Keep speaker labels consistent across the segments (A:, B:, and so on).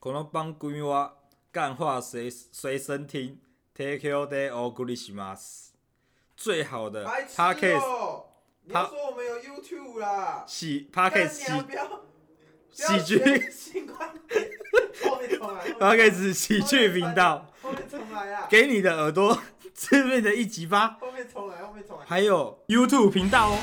A: この番組は干话随随身听，Take your day or good i s h m a s 最好的
B: 白痴
A: Podcast
B: 哦！你要说我们有 YouTube 啦？
A: 喜 Podcast 喜
B: 干你啊不要
A: 喜剧
B: 不要学新观点，后面 重来。
A: Podcast 喜剧频道，
B: 后面重来啊！
A: 给你的耳朵 致命的一击吧，
B: 后面重来，后面重来。
A: 还有 YouTube 频道哦。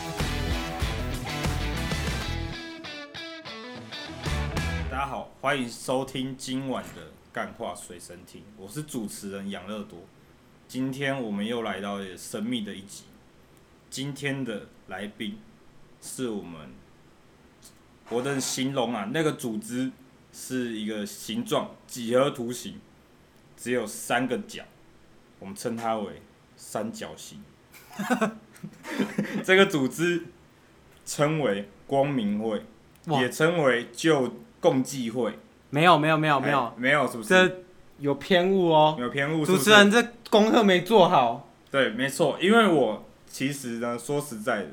A: 大家好，欢迎收听今晚的干话随身听，我是主持人养乐多。今天我们又来到了神秘的一集，今天的来宾是我们，我的形容啊，那个组织是一个形状几何图形，只有三个角，我们称它为三角形。这个组织称为光明会，
C: 哇
A: 也称为旧共济会。
C: 没有没有没有
A: 哎
C: 没有，
A: 没有，是不是？
C: 这有偏误哦。
A: 有偏误是
C: 主
A: 不是。
C: 持人这功课没做好，
A: 对，没错，因为我其实呢，说实在的，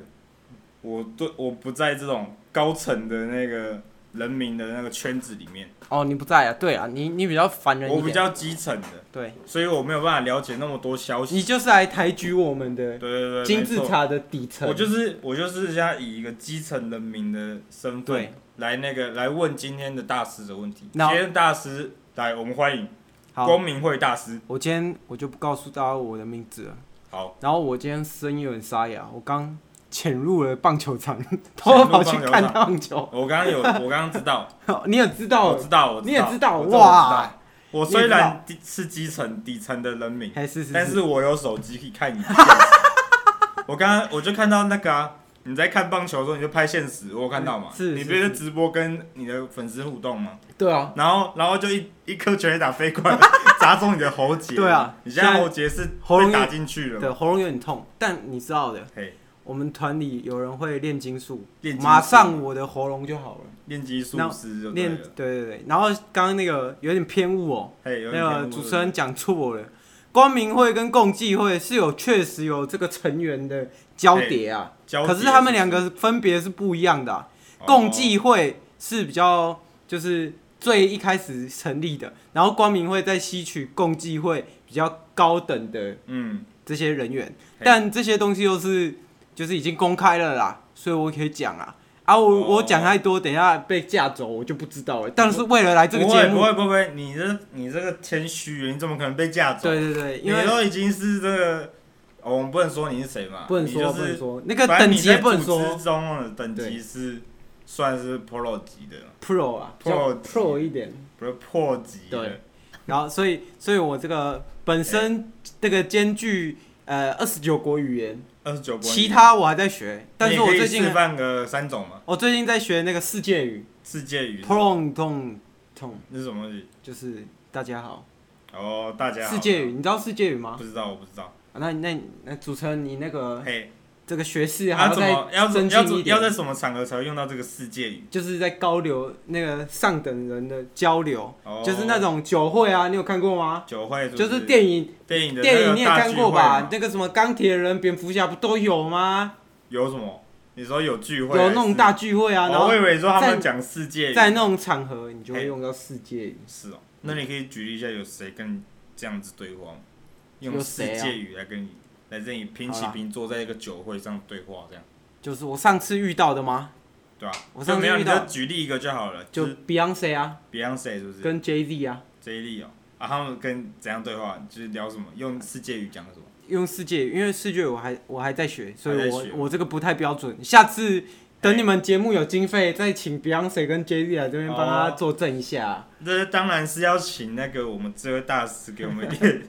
A: 我对我不在这种高层的那个人民的那个圈子里面，
C: 哦，你不在啊？对啊，你你比较烦人一
A: 我
C: 点。
A: 比较基层的，
C: 对，
A: 所以我没有办法了解那么多消息。
C: 你就是来抬举我们的
A: 对对对，
C: 金
A: 没
C: 字
A: 错，
C: 塔的底层。
A: 我就是我就是现在以一个基层人民的身份
C: 对
A: 来那个来问今天的大师的问题。今
C: 那
A: 天大师来，我们欢迎
C: 好
A: 光，明会大师。
C: 我今天我就不告诉大家我的名字了。
A: 好，
C: 然后我今天声音有点沙哑，我刚潜入了棒球 场，偷偷跑去看棒球。
A: 我 刚刚有，我刚刚知道，
C: 你也知
A: 我
C: 道，
A: 知道，我知道，
C: 哦你也知道
A: 我
C: 哇！
A: 我虽然低是基层底层的人民，
C: 还哎是是
A: 但是我有手机可以看影片。 我刚刚我就看到那个、啊、你在看棒球的时候，你就拍现实，我有看到嘛？
C: 是是
A: 你不是
C: 是
A: 直播跟你的粉丝互动吗？
C: 对啊，
A: 然后然后就一一颗全垒打飞过来，砸中你的喉结。
C: 对啊
A: 你现在
C: 现在
A: 喉结是
C: 喉
A: 被
C: 咙
A: 打
C: 也
A: 进去了嘛。
C: 对，喉咙有点痛，但你知道的，
A: 嘿，
C: 我们团里有人会练金术，
A: 练金术
C: 马上我的喉咙就好了。
A: 练级术
C: 那
A: 师就对
C: 练
A: 了。
C: 对对对，然后刚刚那个有点偏误哦、
A: 嘿，有点
C: 那
A: 偏
C: 个
A: 误
C: 主持人讲错了，光明会跟共济会是有确实有这个成员的交叠啊，
A: 交叠
C: 可是他们两个分别是不一样的啊、共济会是比较就是最一开始成立的，然后光明会在吸取共济会比较高等的
A: 嗯，
C: 这些人员，
A: 嘿
C: 但这些东西又是就是已经公开了啦，所以我可以讲啊。啊，我、
A: 哦
C: 我讲太多，等一下被架走我就不知道了。但是为了来这个
A: 不
C: 节
A: 会
C: 目
A: 不，会不会，你这你这个谦虚，你怎么可能被架走？
C: 对对对，因
A: 你
C: 为
A: 都已经是这个，哦，我们不能说你是谁嘛，
C: 不能说、
A: 你就
C: 不能
A: 是
C: 说那个
A: 反正
C: 等
A: 你
C: 级也
A: 在
C: 不能
A: 组
C: 说
A: 织中的等级是算是 pro 级的，
C: pro 啊，比较
A: pro
C: pro 一点。
A: 不是破级的。
C: 对然后所以所以我这个本身这个兼具呃二十九国语言，
A: 二十九波。
C: 其他我还在学，但是我
A: 你可以
C: 最近
A: 示范个三种嘛，
C: 我最近在学那个世界语
A: 世界语
C: pro 痛痛，
A: 那是什么东西？
C: 就是大家好，
A: 哦，大家好
C: 世界语，你知道世界语吗
A: 不？知道，我不知道。
C: 啊那那那主持人，你那个
A: 嘿，
C: 这个学士还
A: 哎要
C: 要
A: 怎么要怎要
C: 再增进
A: 怎
C: 一
A: 要在
C: 点，
A: 什么场合才会用到这个世界语？
C: 就是在高流那个上等人的交流，
A: 哦，
C: 就是那种酒会啊，你有看过吗？
A: 酒会不，
C: 就是电影
A: 电影的
C: 电
A: 那
C: 影
A: 个
C: 你也
A: 大
C: 看
A: 聚
C: 过
A: 会
C: 吧
A: 嘛？
C: 那个什么钢铁人、蝙蝠侠不都有吗？
A: 有什么？你说有聚会，
C: 有那种大聚会啊，然
A: 哦，
C: 后
A: 我以为哎说他
C: 在
A: 们讲世界语
C: 在那种场合你就
A: 嘿
C: 会用到世界语，
A: 是哦，那你可以举例一下有谁跟你这样子对话吗？用
C: 有
A: 世
C: 谁啊
A: 界语来跟你来跟你平起平坐在一个酒会上对话，这样
C: 就是我上次遇到的吗？
A: 对吧、
C: 我
A: 就
C: 上次
A: 没有，
C: 遇
A: 你
C: 到
A: 就举例一个就好了，
C: 就是 Beyonce 啊，
A: Beyonce 是不是？
C: 跟 Jay Z 啊，
A: J 莉哦，啊，他们跟怎样对话？就是聊什么？用世界语讲什么？
C: 用世界语，因为世界语我还我还在学，所
A: 还
C: 以
A: 在
C: 我
A: 学哎
C: 我这个不太标准，下次。等你们节目有经费，再请 Beyonce 跟 Jay Z 来这边帮他
A: 哦
C: 作证一下。
A: 这当然是要请那个我们这位大师给我们一 点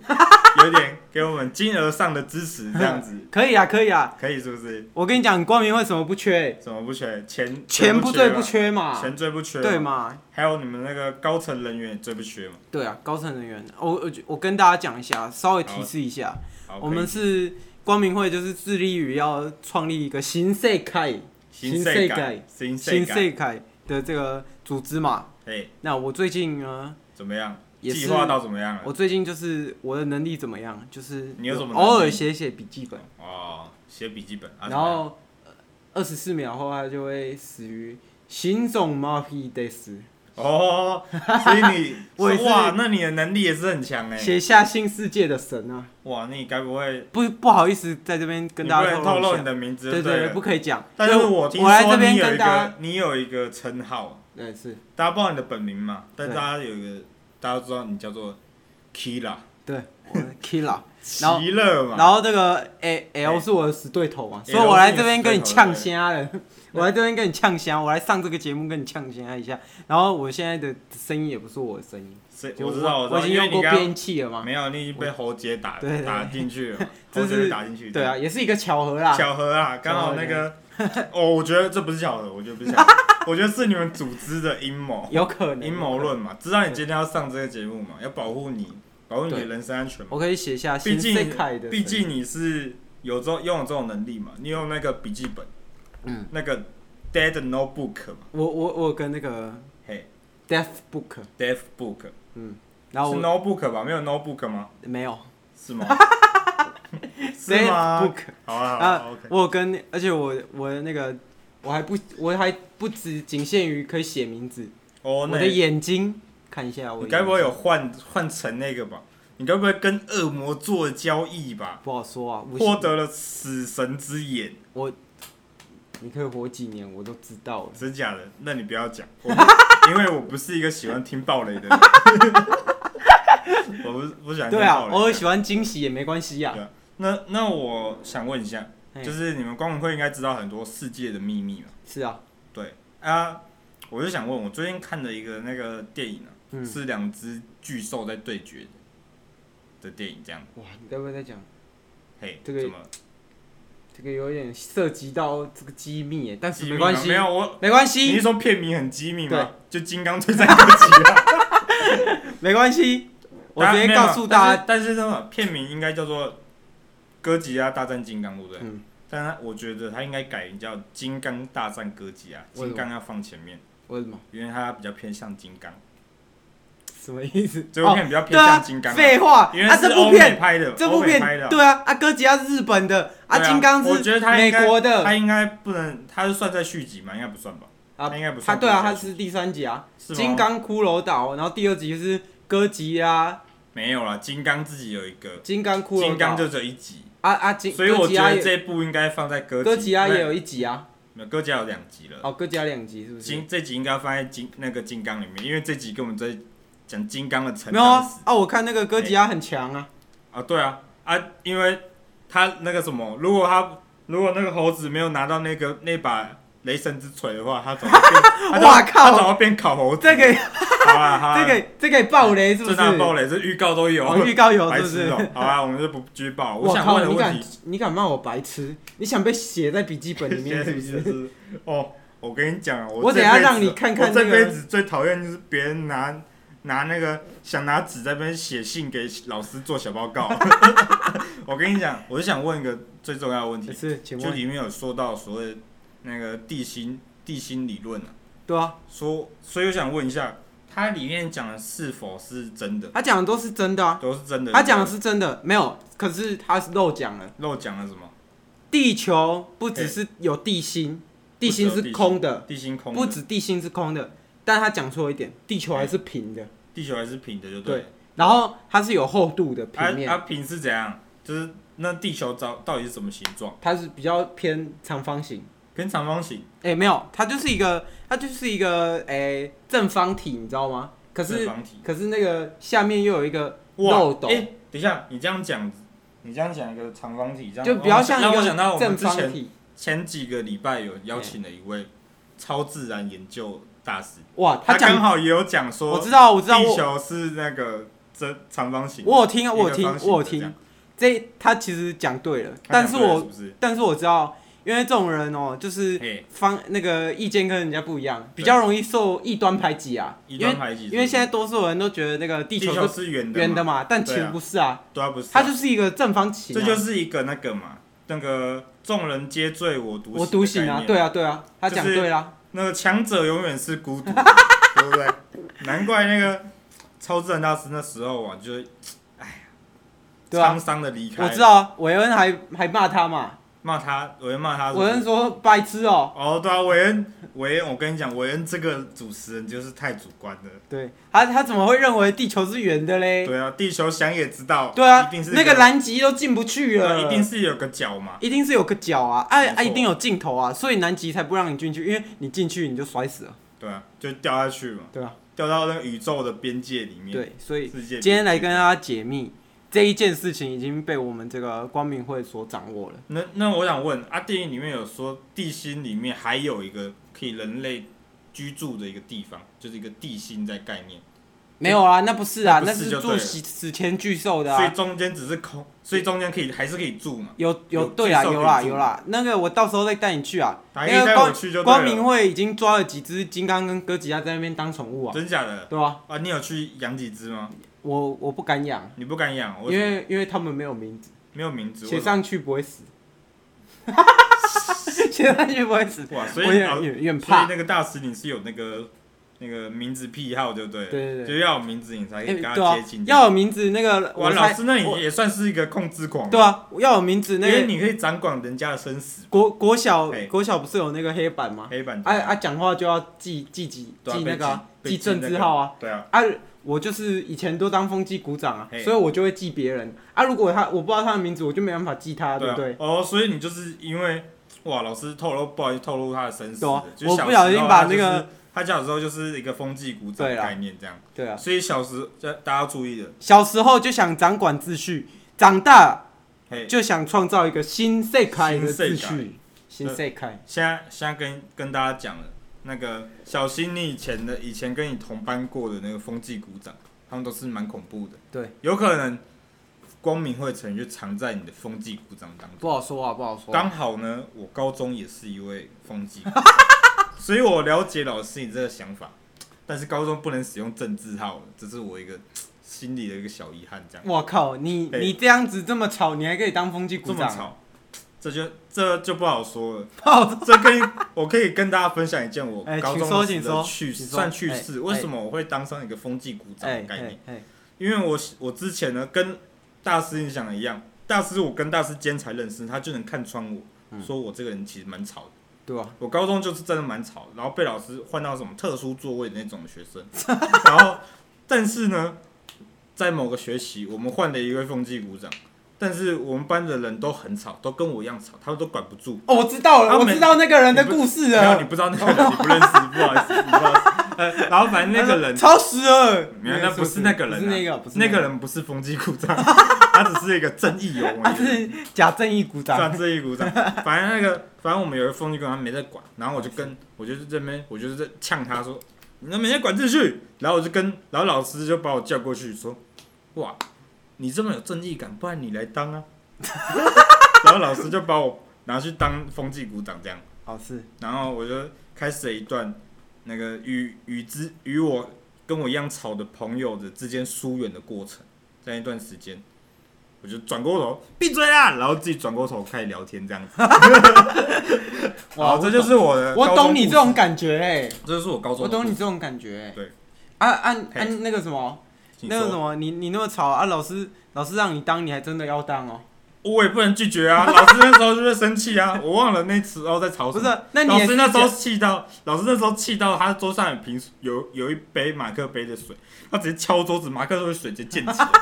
A: 有点给我们金额上的支持，这样子
C: 可以啊，可以啊。
A: 可以是不是？
C: 我跟你讲，光明会什么不缺？
A: 怎么不缺？钱
C: 钱不对
A: 不
C: 不
A: 缺
C: 缺
A: 嘛，
C: 嘛，
A: 钱最不缺，
C: 对？嘛？
A: 还有你们那个高层人员也最不缺嘛？
C: 对啊，高层人员，我我我跟大家讲一下，稍微提示一下，
A: 好
C: 我
A: 可以
C: 们是光明会，就是致力于要创立一个新世界、
A: 新世
C: 界
A: 界，新
C: 新
A: 世界，
C: 世界的这个组织嘛。
A: 哎，
C: 那我最近呢，
A: 怎么样？
C: 也是
A: 计划到怎么样了？
C: 我最近就是我的能力怎么样？就是
A: 你有什么能力
C: 偶尔写写笔记本，
A: 哦，写笔记本啊，
C: 然后呃二十四秒后它就会死于行走马屁得死，
A: 哦，所以你
C: 我也是
A: 哇，那你的能力也是很强哎、
C: 写下新世界的神啊！
A: 哇，你该不会
C: 不不好意思，在这边跟大
A: 你
C: 家
A: 不能透露
C: 一
A: 你
C: 下，
A: 的名字就
C: 对对
A: 了
C: 对，不可以讲。
A: 但是
C: 就
A: 我听
C: 我来
A: 说
C: 这边
A: 你有一
C: 跟大家
A: 个，你有一个称号，
C: 对是，
A: 大家不知道你的本名嘛，但
C: 对
A: 大家有一个，大家都知道你叫做 Kira，
C: 对我 Killa，然后
A: 奇乐嘛，
C: 然后这个 A L 是我的死对头嘛，
A: 哎 L
C: 所以我来这边跟你呛
A: 是
C: 虾了， 我来这边跟你呛虾，我来上这个节目跟你呛虾一下。然后我现在的声音也不是我的声音，
A: 谁
C: 就
A: 我知道，
C: 我
A: 知道，
C: 已经
A: 因为
C: 用
A: 你
C: 过
A: 刚刚
C: 编器了嘛，
A: 没有，你已经被喉结打
C: 对对对
A: 打进去了嘛，
C: 这
A: 喉
C: 是
A: 结被打进去，
C: 对啊，也是一个巧合啦。
A: 巧合啊，刚好那个， 哦，我觉得这不是巧合，我觉得不是巧 合，我觉得是你们组织的阴谋，
C: 有可能
A: 阴谋。论嘛，知道你今天要上这个节目嘛，要保护你，保护你的
C: 对
A: 人身安全嘛，
C: 我可以写下
A: 毕
C: 新世
A: 竟
C: 界的，
A: 毕竟你是有这种拥有这种能力嘛，你有那个笔记本，
C: 嗯，
A: 那个 Dead Notebook 嘛，
C: 我我我有跟那个
A: 嘿
C: Death Book，
A: ，Death Book 是哦
C: 然后我
A: Notebook 吧？没有 Notebook 吗？
C: 没有
A: 是 吗？是
C: Death
A: 吗
C: Book，？
A: 好啊，好啊
C: 啊
A: ，OK，
C: 我有跟，而且我我那个我还不我还不止仅限于可以写名字，
A: 哦，
C: 我
A: 那
C: 的眼睛看一下我的眼
A: 你
C: 睛，
A: 该不会有换换成那个吧？你该不会跟恶魔做交易吧？
C: 不好说啊，我
A: 获得了死神之眼，
C: 我你可以活几年我都知道了，
A: 真假的？那你不要讲，我因为我不 是一个喜欢听暴雷的人， 我不是不喜欢听
C: 对
A: 暴
C: 啊，
A: 雷的。
C: 偶尔喜欢惊喜也没关系呀、啊
A: 对那那我想问一下，
C: 嘿
A: 就是你们光明会应该知道很多世界的秘密嘛？
C: 是啊，
A: 对啊，我就想问，我最近看的一个那个电影啊，
C: 嗯
A: 是两只巨兽在对决的电影，这样，
C: 哇，你该不会在讲
A: 嘿，
C: 这个
A: 怎么
C: 这个有点涉及到这个机密耶，但是
A: 机密
C: 没
A: 吗
C: 关系
A: 没，有我，
C: 没关
A: 你是
C: 系，
A: 说片名很机密吗？就金刚对战啊哥吉拉，
C: 没关系，我
A: 当然
C: 直
A: 没
C: 接
A: 有
C: 告诉大家，，
A: 但是但是那么片名应该叫做《哥吉拉大战金刚》，对不对？
C: 嗯
A: 但他我觉得他应该改名叫《金刚大战哥吉拉》，
C: 为什么
A: 金刚要放前面，
C: 为什么？
A: 因为它比较偏向金刚。
C: 哦什么意思？
A: 这部片比较
C: 对
A: 偏
C: 啊
A: 向金刚，，
C: 废话，
A: 因为
C: 啊，这
A: 欧
C: 部
A: 美
C: 片
A: 拍的，
C: 这部片
A: 欧美拍的，
C: 对啊，啊哥吉拉是日本的，啊
A: 对啊
C: 金刚
A: 我
C: 是
A: 觉得他应
C: 美
A: 该
C: 国的，
A: 他应该不能，他是算在续集吗？应该不算吧？
C: 啊
A: 他应该不
C: 他
A: 算。
C: 对啊，他是第三集啊，
A: 是吗
C: 金刚骷髅岛，然后第二集是哥吉拉，
A: 没有啦，金刚自己有一个，
C: 金刚骷
A: 金
C: 髅
A: 刚
C: 岛，
A: 就只有一集，
C: 啊啊金，
A: 所以我
C: 哥吉
A: 觉
C: 拉
A: 得
C: 也
A: 这部应该放在哥
C: 哥吉拉也
A: 那
C: 有一集啊，
A: 没有哥吉拉有两集了。
C: 哦哥吉拉两集是不是？
A: 金这集应该放在金那个金刚里面，因为这集跟我们在讲金刚的成
C: 没有
A: 长
C: 啊
A: 史
C: 啊，我看那个哥吉拉很强啊，
A: 啊，对啊啊，因为他那个什么，如果他如果那个猴子没有拿到那个那把雷神之锤的话，他早就 变他早
C: 哇靠
A: 他早就变烤猴子。
C: 这个
A: 好啊好啊，
C: 这个这个爆雷是不
A: 这
C: 是？
A: 大暴雷，这预告都有，
C: 哦预告有
A: 白
C: 是不
A: 痴
C: 是
A: 哦、？好啊，我们就不举报。
C: 我
A: 我想
C: 靠！
A: 问的
C: 你
A: 问
C: 敢
A: 题，
C: 你敢骂我白痴？你想被写在笔记本 里面是不？
A: 就是是哦，我跟你讲啊，
C: 我等
A: 这
C: 下
A: 辈子
C: 让你看看
A: 我
C: 那
A: 这
C: 个
A: 辈子最讨厌就是别人拿拿那个想拿纸在那边写信给老师做小报告。 我跟你讲，我就想问一个最重要的问题，
C: 是，请
A: 就
C: 问
A: 里面有说到所谓那个地心地心理论啊，
C: 对啊，
A: 说，所以我想问一下，它里面讲的是否是真的？
C: 他讲的都是真的啊。
A: 都是真的？
C: 他讲的是真的，没有，可是他是漏讲了。
A: 漏讲了什么？
C: 地球不只是有地心，地心是空的，
A: 地心空的，
C: 不止地心是空的，但他讲错一点，地球还是平的。
A: 地球还是平的，就对了。
C: 然后它是有厚度的平
A: 啊啊，
C: 面，
A: 平是怎样？就是那地球到到底是什么形状？
C: 它是比较偏长方形。
A: 跟长方形，
C: 哎，没有，它就是一个，它就是一个哎正方体，你知道吗？可
A: 正
C: 是
A: 方体。
C: 可是那个下面又有一个漏斗
A: 哎、，等一下，你这样讲，你这样讲一个长方体，这样哦
C: 就比较像
A: 让
C: 一
A: 我想到
C: 个
A: 我
C: 正
A: 们之
C: 方
A: 前
C: 体。
A: 前几个礼拜有邀请了一位超自然研究大师，
C: 哇，他
A: 刚
C: 讲，
A: 好也有讲说，
C: 我知道，我知道，
A: 地
C: 我
A: 球是那个这长方形，
C: 我有听啊，我有
A: 一
C: 听
A: 个方，形
C: 我有
A: 的这样
C: 听。。这他其实讲对了，
A: 他
C: 但
A: 讲
C: 是
A: 对了
C: 我
A: 是不是
C: 但是我知道，因为这种人哦、就是
A: 嘿
C: 方那个意见跟人家不一样，
A: 对
C: 比较容易受异端排挤啊。
A: 一
C: 因为
A: 端排挤是不是？
C: 因为现在多数人都觉得那个地
A: 地
C: 球
A: 球
C: 是
A: 是圆的，
C: 圆的
A: 嘛，
C: 嘛，但其
A: 对
C: 实
A: 啊
C: 不是啊，
A: 对啊，不是啊，
C: 它就是一个正方形、
A: 这
C: 啊。
A: 就是一个那个嘛，那个众人皆醉我独
C: 我独
A: 醒
C: 行
A: 的概
C: 啊，
A: 念
C: 对，啊对啊，他讲
A: 就是
C: 对啦，
A: 那个强者永远是孤 独的，对不对？难怪那个超自然大师那时候啊，就是哎呀，
C: 对啊
A: 沧桑的离开，
C: 我知，道啊，韦恩还还骂他嘛，
A: 骂他，我恩骂他。
C: 我是说白痴哦、
A: 哦，对啊，韦恩，韦恩，我跟你讲，韦恩这个主持人就是太主观了。
C: 对他他怎么会认为地球是圆的嘞？
A: 对啊，地球想也知道，
C: 对啊
A: 一定是，
C: 那
A: 个
C: 个啊南极都进不去了，
A: 对啊一定是有个角嘛。
C: 一定是有个角啊，啊
A: 没错
C: 啊，一定有尽头啊，所以南极才不让你进去，因为你进去你就摔死了，
A: 对啊，就掉下去嘛，
C: 对啊，
A: 掉到那个宇宙的边界里面。，
C: 对，所以
A: 世界
C: 今天来跟大家解密这一件事情，已经被我们这个光明会所掌握了。
A: 那那我想问啊，电影里面有说地心里面还有一个可以人类居住的一个地方，就是一个地心在概念，
C: 没有啊，那不是啊，
A: 那
C: 那
A: 不是
C: 是
A: 就
C: 住
A: 对了
C: 史史前巨兽的
A: 所以
C: 啊。
A: 中间只是空，所以中间可以还是可以住嘛。
C: 有
A: 有
C: 有对啊，
A: 巨兽
C: 有啦
A: 可以住
C: 有啦，那个我到时候再带你去啊。
A: 打一
C: 那个
A: 带我
C: 光
A: 去就
C: 光
A: 对
C: 明
A: 了，
C: 会已经抓了几只金刚跟哥吉拉在那边当宠物啊，
A: 真假的
C: 对吧、
A: 啊？你有去养几只吗？
C: 我我不敢养，
A: 你不敢养，我
C: 因为因为他们没有名字，
A: 没有名字，
C: 写
A: 为什么
C: 上去不 会死，写上去不会死，
A: 哇，
C: 我
A: 所以
C: 也
A: 老
C: 有点
A: 所以
C: 怕。
A: 那个大使你是有那个那个名字癖好，对不对？
C: 对对
A: 就
C: 对，
A: 要有名字你才可以跟
C: 哎
A: 他
C: 对啊
A: 接近。，
C: 要有名字那个
A: 哇，
C: 我
A: 老
C: 才
A: 师那
C: 我
A: 你也算是一个控制狂，
C: 对啊，要有名字
A: 因
C: 那
A: 为
C: 个
A: 你可以掌管人家的生死。
C: 国国小
A: 哎
C: 国小不是有那个黑板吗？
A: 黑板
C: 啊啊，讲话就要记记几
A: 对啊
C: 记
A: 被
C: 那个啊
A: 被
C: 记
A: 记
C: 政
A: 那
C: 治
A: 个
C: 号啊
A: 对啊，
C: 啊！我就是以前都当风纪股长啊
A: 嘿，
C: 所以我就会记别人啊。如果他我不知道他的名字，我就没办法记他，对
A: 啊
C: 不对？
A: 哦，所以你就是因为哇，老师透露不好意思透露他的身世
C: 对啊
A: 了，就是
C: 我
A: 小
C: 不小
A: 时候
C: 心
A: 他
C: 把那
A: 就是
C: 个
A: 他小时候就是一个风纪鼓掌
C: 对
A: 的
C: 啦
A: 概念这样，
C: 对啊，
A: 所以小时大大家注意了，
C: 小时候就想掌管秩序，长大
A: 嘿，
C: 就想创造一个新世界的秩
A: 新世
C: 序，新世界。
A: 现在现在跟跟大家讲了，那个小新你以前的以前跟你同班过的那个风纪鼓掌，他们都是蛮恐怖的，
C: 对，
A: 有可能光明会成员就藏在你的风纪鼓掌当中。
C: 不好说啊，不好说啊。
A: 刚好呢，我高中也是一位风 纪股长，所以我了解老师你这个想法，但是高中不能使用政治号了，这是我一个心里的一个小遗憾，这样
C: 我靠，你
A: 哎
C: 你这样子这么吵，你还可以当风纪
A: 这
C: 股
A: 么
C: 长？啊
A: 吵，这就这就不好 说了。
C: 不好
A: 这跟我可以跟大家分享一件我
C: 哎
A: 高
C: 请
A: 中
C: 说
A: 的时
C: 请
A: 候
C: 说
A: 的趣
C: 请
A: 事，
C: 说
A: 算趣
C: 哎
A: 事。
C: 哎
A: 为什么我会当上一个风纪股长的
C: 哎
A: 概念
C: 哎？哎，
A: 因为我我之前呢跟大师你想的一样，大师我跟大师今天才认识，他就能看穿我，
C: 嗯
A: 说我这个人其实蛮吵的。
C: 对啊吧？
A: 我高中就是真的蛮吵，然后被老师换到什么特殊座位的那种学生，然后但是呢，在某个学期我们换了一位风纪股长，但是我们班的人都很吵，都跟我一样吵，他们都管不住。
C: 哦，我知道
A: 他
C: 了，
A: 们
C: 我知道那个人的故事
A: 然后你
C: 了。
A: 不知道那个人，你不认识，不好意思，你不好意思。呃，然后反正那个人，
C: 超时了，
A: 没有，那不是那个人、啊，
C: 不是那个，不是
A: 那个
C: 人，
A: 人不是风纪股长， 他只是一个正义勇
C: 啊他
A: 为的人。
C: 是假正义股
A: 算
C: 长。
A: 这一鼓掌。反正那个，反正我们有一个风纪股长他没在管，然后我就跟我就是这边，我就是在呛他说，你能每天管秩序。然后我就跟，然后老师就把我叫过去说，哇，你这么有正义感，不然你来当啊。 然后老师就把我拿去当风纪股长这样，
C: 好是，
A: 然后我就开始了一段那个与与之与我跟我一样吵的朋友的之间疏远的过程，在那段时间。我就转过头，闭嘴啦！然后自己转过头开始聊天，这样子。
C: 哇
A: 好，这就是我的。
C: 我懂你这种，感觉哎，
A: 这就是我高中
C: 我
A: 的故
C: 懂
A: 事。
C: 你这种感觉哎。
A: 对。
C: 啊啊
A: 嘿
C: 啊！那个什么，
A: 请
C: 那个
A: 说
C: 什么，你你那么吵啊，老师老师让你当，你还真的要当哦。
A: 我也不能拒绝啊。老师那时候就会生气啊，我忘了那时候在吵什么。
C: 不是，啊那你
A: 老
C: 也
A: 师
C: 是
A: 那时
C: 假
A: 候气到，老师那时候气到，他桌上有瓶有有一杯马克杯的水，他直接敲桌子，马克杯水直接溅起来。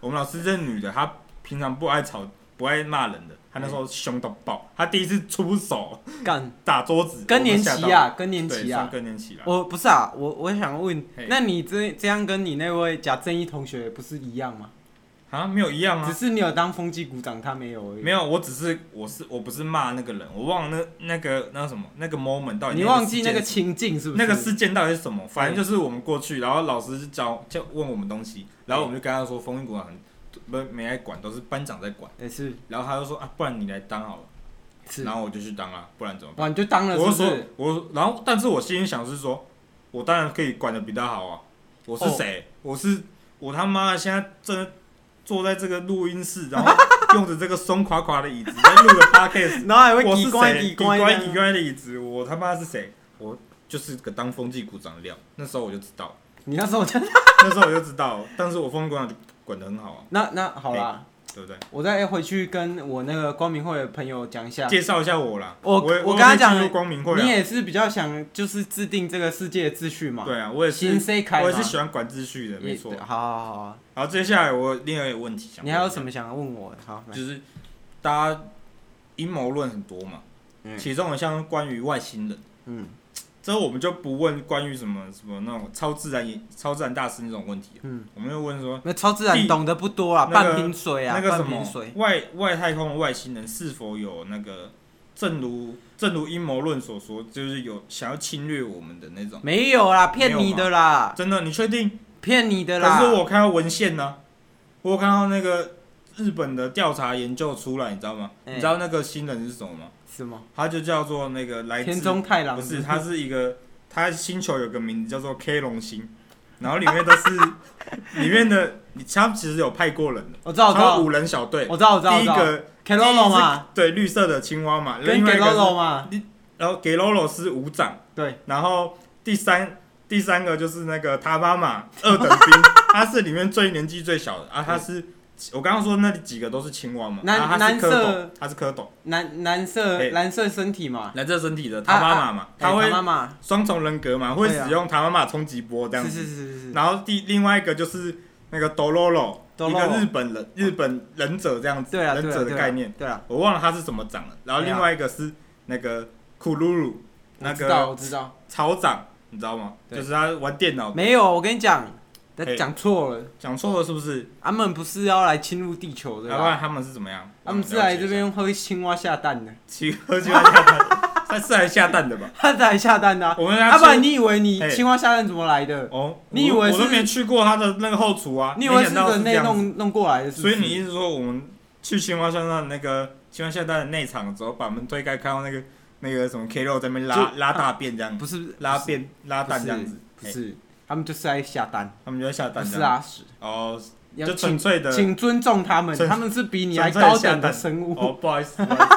A: 我们老师这女的，她平常不爱吵，不爱骂人的，她那时候凶到爆，她第一次出手
C: 干
A: 打桌子，
C: 更年
A: 我们
C: 期
A: 吓到，
C: 啊，更年
A: 对，
C: 期
A: 算
C: 啊。
A: 更年期了。
C: 我不是啊，我我想问
A: 嘿，
C: 那你这这样跟你那位假正义同学不是一样吗？
A: 啊，没有一样
C: 只
A: 啊，
C: 是你有当风纪股长，他没有而已。
A: 没有，我只是我是我不是骂那个人，我忘了那那个那什么那个 moment 到底
C: 你忘记
A: 事件
C: 那个
A: 是什么
C: 情境是不
A: 那
C: 是？
A: 个事件到底是什么？反正就是我们过去，然后老师就教就问我们东西，然后我们就跟他说风云股长很不没来管，都是班长在管。
C: 也哎是
A: 然后他就说啊，不然你来当好了。
C: 是
A: 然，后我就去当啊，不然怎么办？
C: 哇，你就当了是
A: 我
C: 不
A: 就说
C: 是？，
A: 我就然后但是我心里想是说，我当然可以管的比他好啊。我是
C: 哦
A: 谁？我是我他妈的现在正在坐在这个录音室，然后用着这个松垮垮的椅子在录 个 podcast，
C: 然后还
A: 我
C: 会
A: 是
C: 提关
A: 谁？
C: 提
A: 你
C: 关
A: 关
C: 这
A: 你
C: 样
A: 关的椅子，我他妈是谁？我就是个当风纪股长的料。那时候我就知道，
C: 你那时候就
A: 那时候我就知道，但是我风纪股长就管得很好啊。
C: 那那好啦，
A: 对不对？
C: 我再回去跟我那个光明会的朋友讲一下。
A: 介绍一下我啦，
C: 我
A: 我也
C: 我
A: 我
C: 跟他讲
A: 也没进入光明会
C: 你
A: 啊，
C: 也是比较想就是制定这个世界的秩序嘛？
A: 对啊，我也
C: 新
A: 是，
C: C 开嘛
A: 我也是喜欢管秩序的，没
C: 也
A: 错
C: 对。好好好好，
A: 好，接下来我另外一个问题想问，
C: 你还有什么想要问我的？好，来
A: 就是大家阴谋论很多嘛，
C: 嗯
A: 其中好像关于外星人，
C: 嗯，
A: 这我们就不问关于什么什么那种超自然也、超自然大师那种问题了，
C: 嗯，
A: 我们就问说。
C: 那超自然
A: 地
C: 懂得不多啦，
A: 那个
C: 半瓶水啊，
A: 那个什
C: 半
A: 么
C: 瓶水。
A: 外外太空的外星人是否有那个，正如正如阴谋论所说，就是有想要侵略我们的那种？
C: 没有啦，骗你的啦，
A: 真的，你确定？
C: 骗你的啦。
A: 可是我看到文献呢、我有看到那个日本的调查研究出来，你知道吗？
C: 哎
A: 你知道那个新人是什么吗？
C: 什么？
A: 他就叫做那个来自
C: 田中太郎
A: 不是，他是一个，他星球有个名字叫做 K 龙星，然后里面都是 里面的，他们其实有派过人的，
C: 我知道，我知
A: 他
C: 道
A: 们，五人小队，
C: 我知道，我知
A: 第
C: 道，我
A: 一
C: 知道。
A: 个
C: k l o l o 嘛，，
A: 第一是对，绿色的青蛙嘛，
C: 跟
A: 另外
C: k
A: 一
C: l o l
A: 个
C: o 嘛，
A: 是，然后 g e l o l o 是伍长，
C: 对，
A: 然后第三第三个就是那个他妈妈二等 兵，他是里面最年纪最小的啊，他是我刚刚说那几个都是青蛙嘛，
C: 男
A: 啊、他是蝌蚪
C: 男色，啊
A: 他是蝌蚪，
C: 蓝蓝色
A: 哎
C: 蓝色身体嘛，
A: 来这身体的他妈妈嘛，
C: 哎
A: 他会
C: 妈妈，
A: 双重人格嘛，会
C: 对啊
A: 使用他妈妈冲击波这样
C: 是
A: 子，
C: 是是是是，
A: 然后第另外一个就是那个 Dororo，一个
C: Dororo
A: 日本人日本忍者这样子，
C: 对啊，
A: 忍
C: 对
A: 者
C: 啊，
A: 的
C: 对
A: 概
C: 啊
A: 念，，
C: 对啊，
A: 我忘了他是怎么长了，然后
C: 对啊
A: 另外一个是那个库鲁鲁，那
C: 我知道，
A: 个
C: 我知道。
A: 草长，你知道吗？
C: 对
A: 就是他玩电脑
C: 没有，我跟你讲，他
A: 嘿
C: 讲错了，
A: 讲错了是不是？啊
C: 他们不是要来侵入地球的
A: 要不然
C: 啦，
A: 他们是怎么样？
C: 啊他们是来这边喝青蛙下蛋的，
A: 去喝酒下蛋，他是来下蛋的吧？
C: 他是来下蛋的啊，
A: 我们
C: 要
A: 要
C: 不然你以为你
A: 嘿
C: 青蛙下蛋怎么来的？
A: 哦，
C: 你以为
A: 我都
C: 是
A: 我都没去过他的那个后厨啊？
C: 你以为
A: 没想
C: 是
A: 到
C: 人
A: 是这
C: 类
A: 样子
C: 弄弄过来的？是不
A: 所
C: 是
A: 以你意思说我们去青蛙山上那个青蛙下蛋的内场之后，把门推开，看到那个那个什么 K 肉在那边拉
C: 就
A: 拉大便这样，
C: 不是
A: 拉便拉蛋这样子，
C: 不
A: 嘿
C: 是，他们就是在下蛋，
A: 他们就在下
C: 不
A: 蛋这
C: 是
A: 样。
C: 啊，是
A: 哦，
C: 要
A: 就纯
C: 请
A: 粹的
C: 请尊重他们，
A: 纯
C: 他们是比你还
A: 纯粹
C: 高
A: 下
C: 等的
A: 蛋
C: 生物。
A: 哦，不好意思。不好意思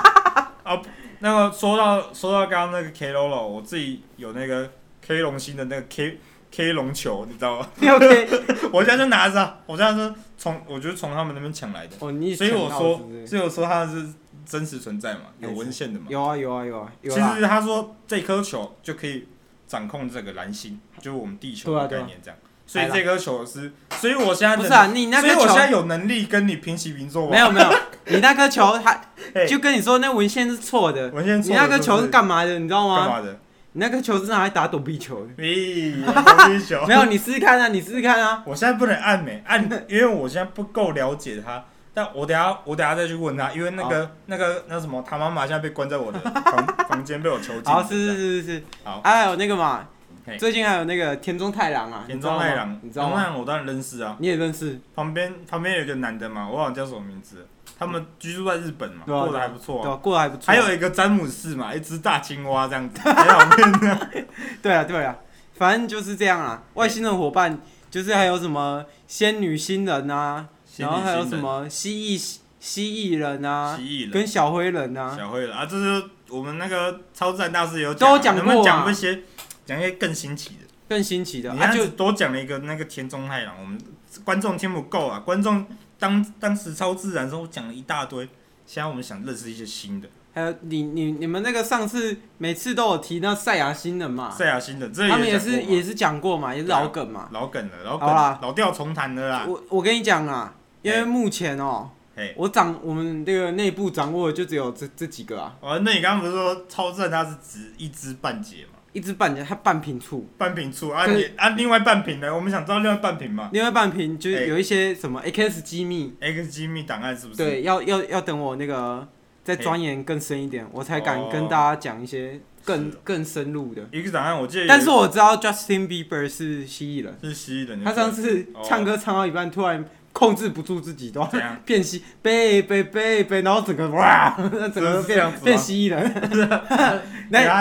A: 啊，那个说到说到刚刚那个 K 肉了，我自己有那个 K 龙星的那个 K K 龙球，你知道吗？
C: 你 OK？
A: 我现在就拿着啊，我现在是从我就是从他们那边抢来的，
C: 哦，你
A: 所以我
C: 抢到
A: 说
C: 是不是，
A: 所以我说它是真实存在嘛，有
C: 没错
A: 文献的嘛。
C: 有啊有啊有啊有
A: 其
C: 啊，
A: 实他说这颗球就可以掌控这个蓝星，就是我们地球
C: 对啊
A: 的
C: 对啊
A: 概念这样。所以这颗球是，所以我现在
C: 不
A: 能
C: 是啊，你那
A: 所以
C: 个
A: 我现在
C: 球
A: 有能力跟你平起平坐吗？
C: 没有没有，你那颗球它
A: 嘿，
C: 就跟你说那文献是错的，
A: 我现在
C: 你那个球是
A: 是
C: 干嘛的？你知道
A: 干
C: 吗？
A: 嘛的？
C: 你那个球是拿来打躲避球的。。
A: 咦，我是球
C: 没有，你试试看啊，你试试看 啊。
A: 我现在不能按美按，因为我现在不够了解他。但我等下我等下再去问他，因为那个那个那什么，他妈妈现在被关在我的 房房间，被我囚禁。
C: 好，是是是是是。
A: 好
C: 还有那个嘛
A: 嘿，
C: 最近还有那个田中太郎啊，
A: 田中太郎，
C: 你知
A: 田中太
C: 道吗你知道吗？
A: 郎我当然认识啊。
C: 你也认识，
A: 旁边旁边有一个男的嘛，我忘了叫什么名字，他们居住在日本嘛，
C: 嗯对啊
A: 过得还不错
C: 对
A: 啊、
C: 吧？过得还不错。
A: 还有一个詹姆士嘛，一只大青蛙这样 子，很好看的。
C: 对啊，对啊，反正就是这样啊。外星人伙伴就是还有什么仙女星人啊，然后还有什么蜥蜴蜥蜴人啊，
A: 蜥蜴人、
C: 跟小灰人啊，
A: 小慧了啊？这是我们那个超自然大师有
C: 都
A: 讲
C: 讲
A: 啊，
C: 过
A: 能
C: 啊
A: 不能讲一些讲一些更新奇的？
C: 更新奇的
A: 你
C: 啊，
A: 看，
C: 就
A: 就多讲了一个那个田中太郎，我们观众听不够啊，观众当当时超自然的时候我讲了一大堆，现在我们想认识一些新的
C: 还有你你你们那个上次每次都有提那赛亚星人嘛，
A: 赛亚新的，这
C: 啊他们也
A: 讲过
C: 是
A: 嘛
C: 也是讲过嘛，也是
A: 对啊
C: 老梗嘛。
A: 老梗了，老梗
C: 好啦
A: 老调重弹了啦，
C: 我我跟你讲啊，因为
A: 嘿
C: 目前哦、
A: 嘿。
C: 我掌我们这个内部掌握的就只有这这几个啊，
A: 哦，那你刚刚不是说超正它是指一知半解嘛？
C: 一只半它半瓶醋，
A: 半瓶醋啊
C: 对
A: 你，啊，另外半瓶呢？我们想知道另外半瓶嘛
C: 另外半瓶就
A: 嘿
C: 是有一些什么 X 机密，
A: ？X 机密档案是不是？
C: 对，要要要等我那个再
A: 嘿
C: 钻研更深一点，我才
A: 哦
C: 敢跟大家讲一些更
A: 是哦
C: 更深入的。
A: ，X 档案我记得有一个，
C: 但是我知道 Justin Bieber 是蜥蜴人，
A: 是蜥蜴人的，
C: 他上次
A: 哦
C: 唱歌唱到一半，突然控制不住自己，都
A: 怎 样
C: 变蜥贝贝贝贝，然后整个哇，整个
A: 是这样
C: 变
A: 子吗
C: 变蜥 蜴人。
A: 对他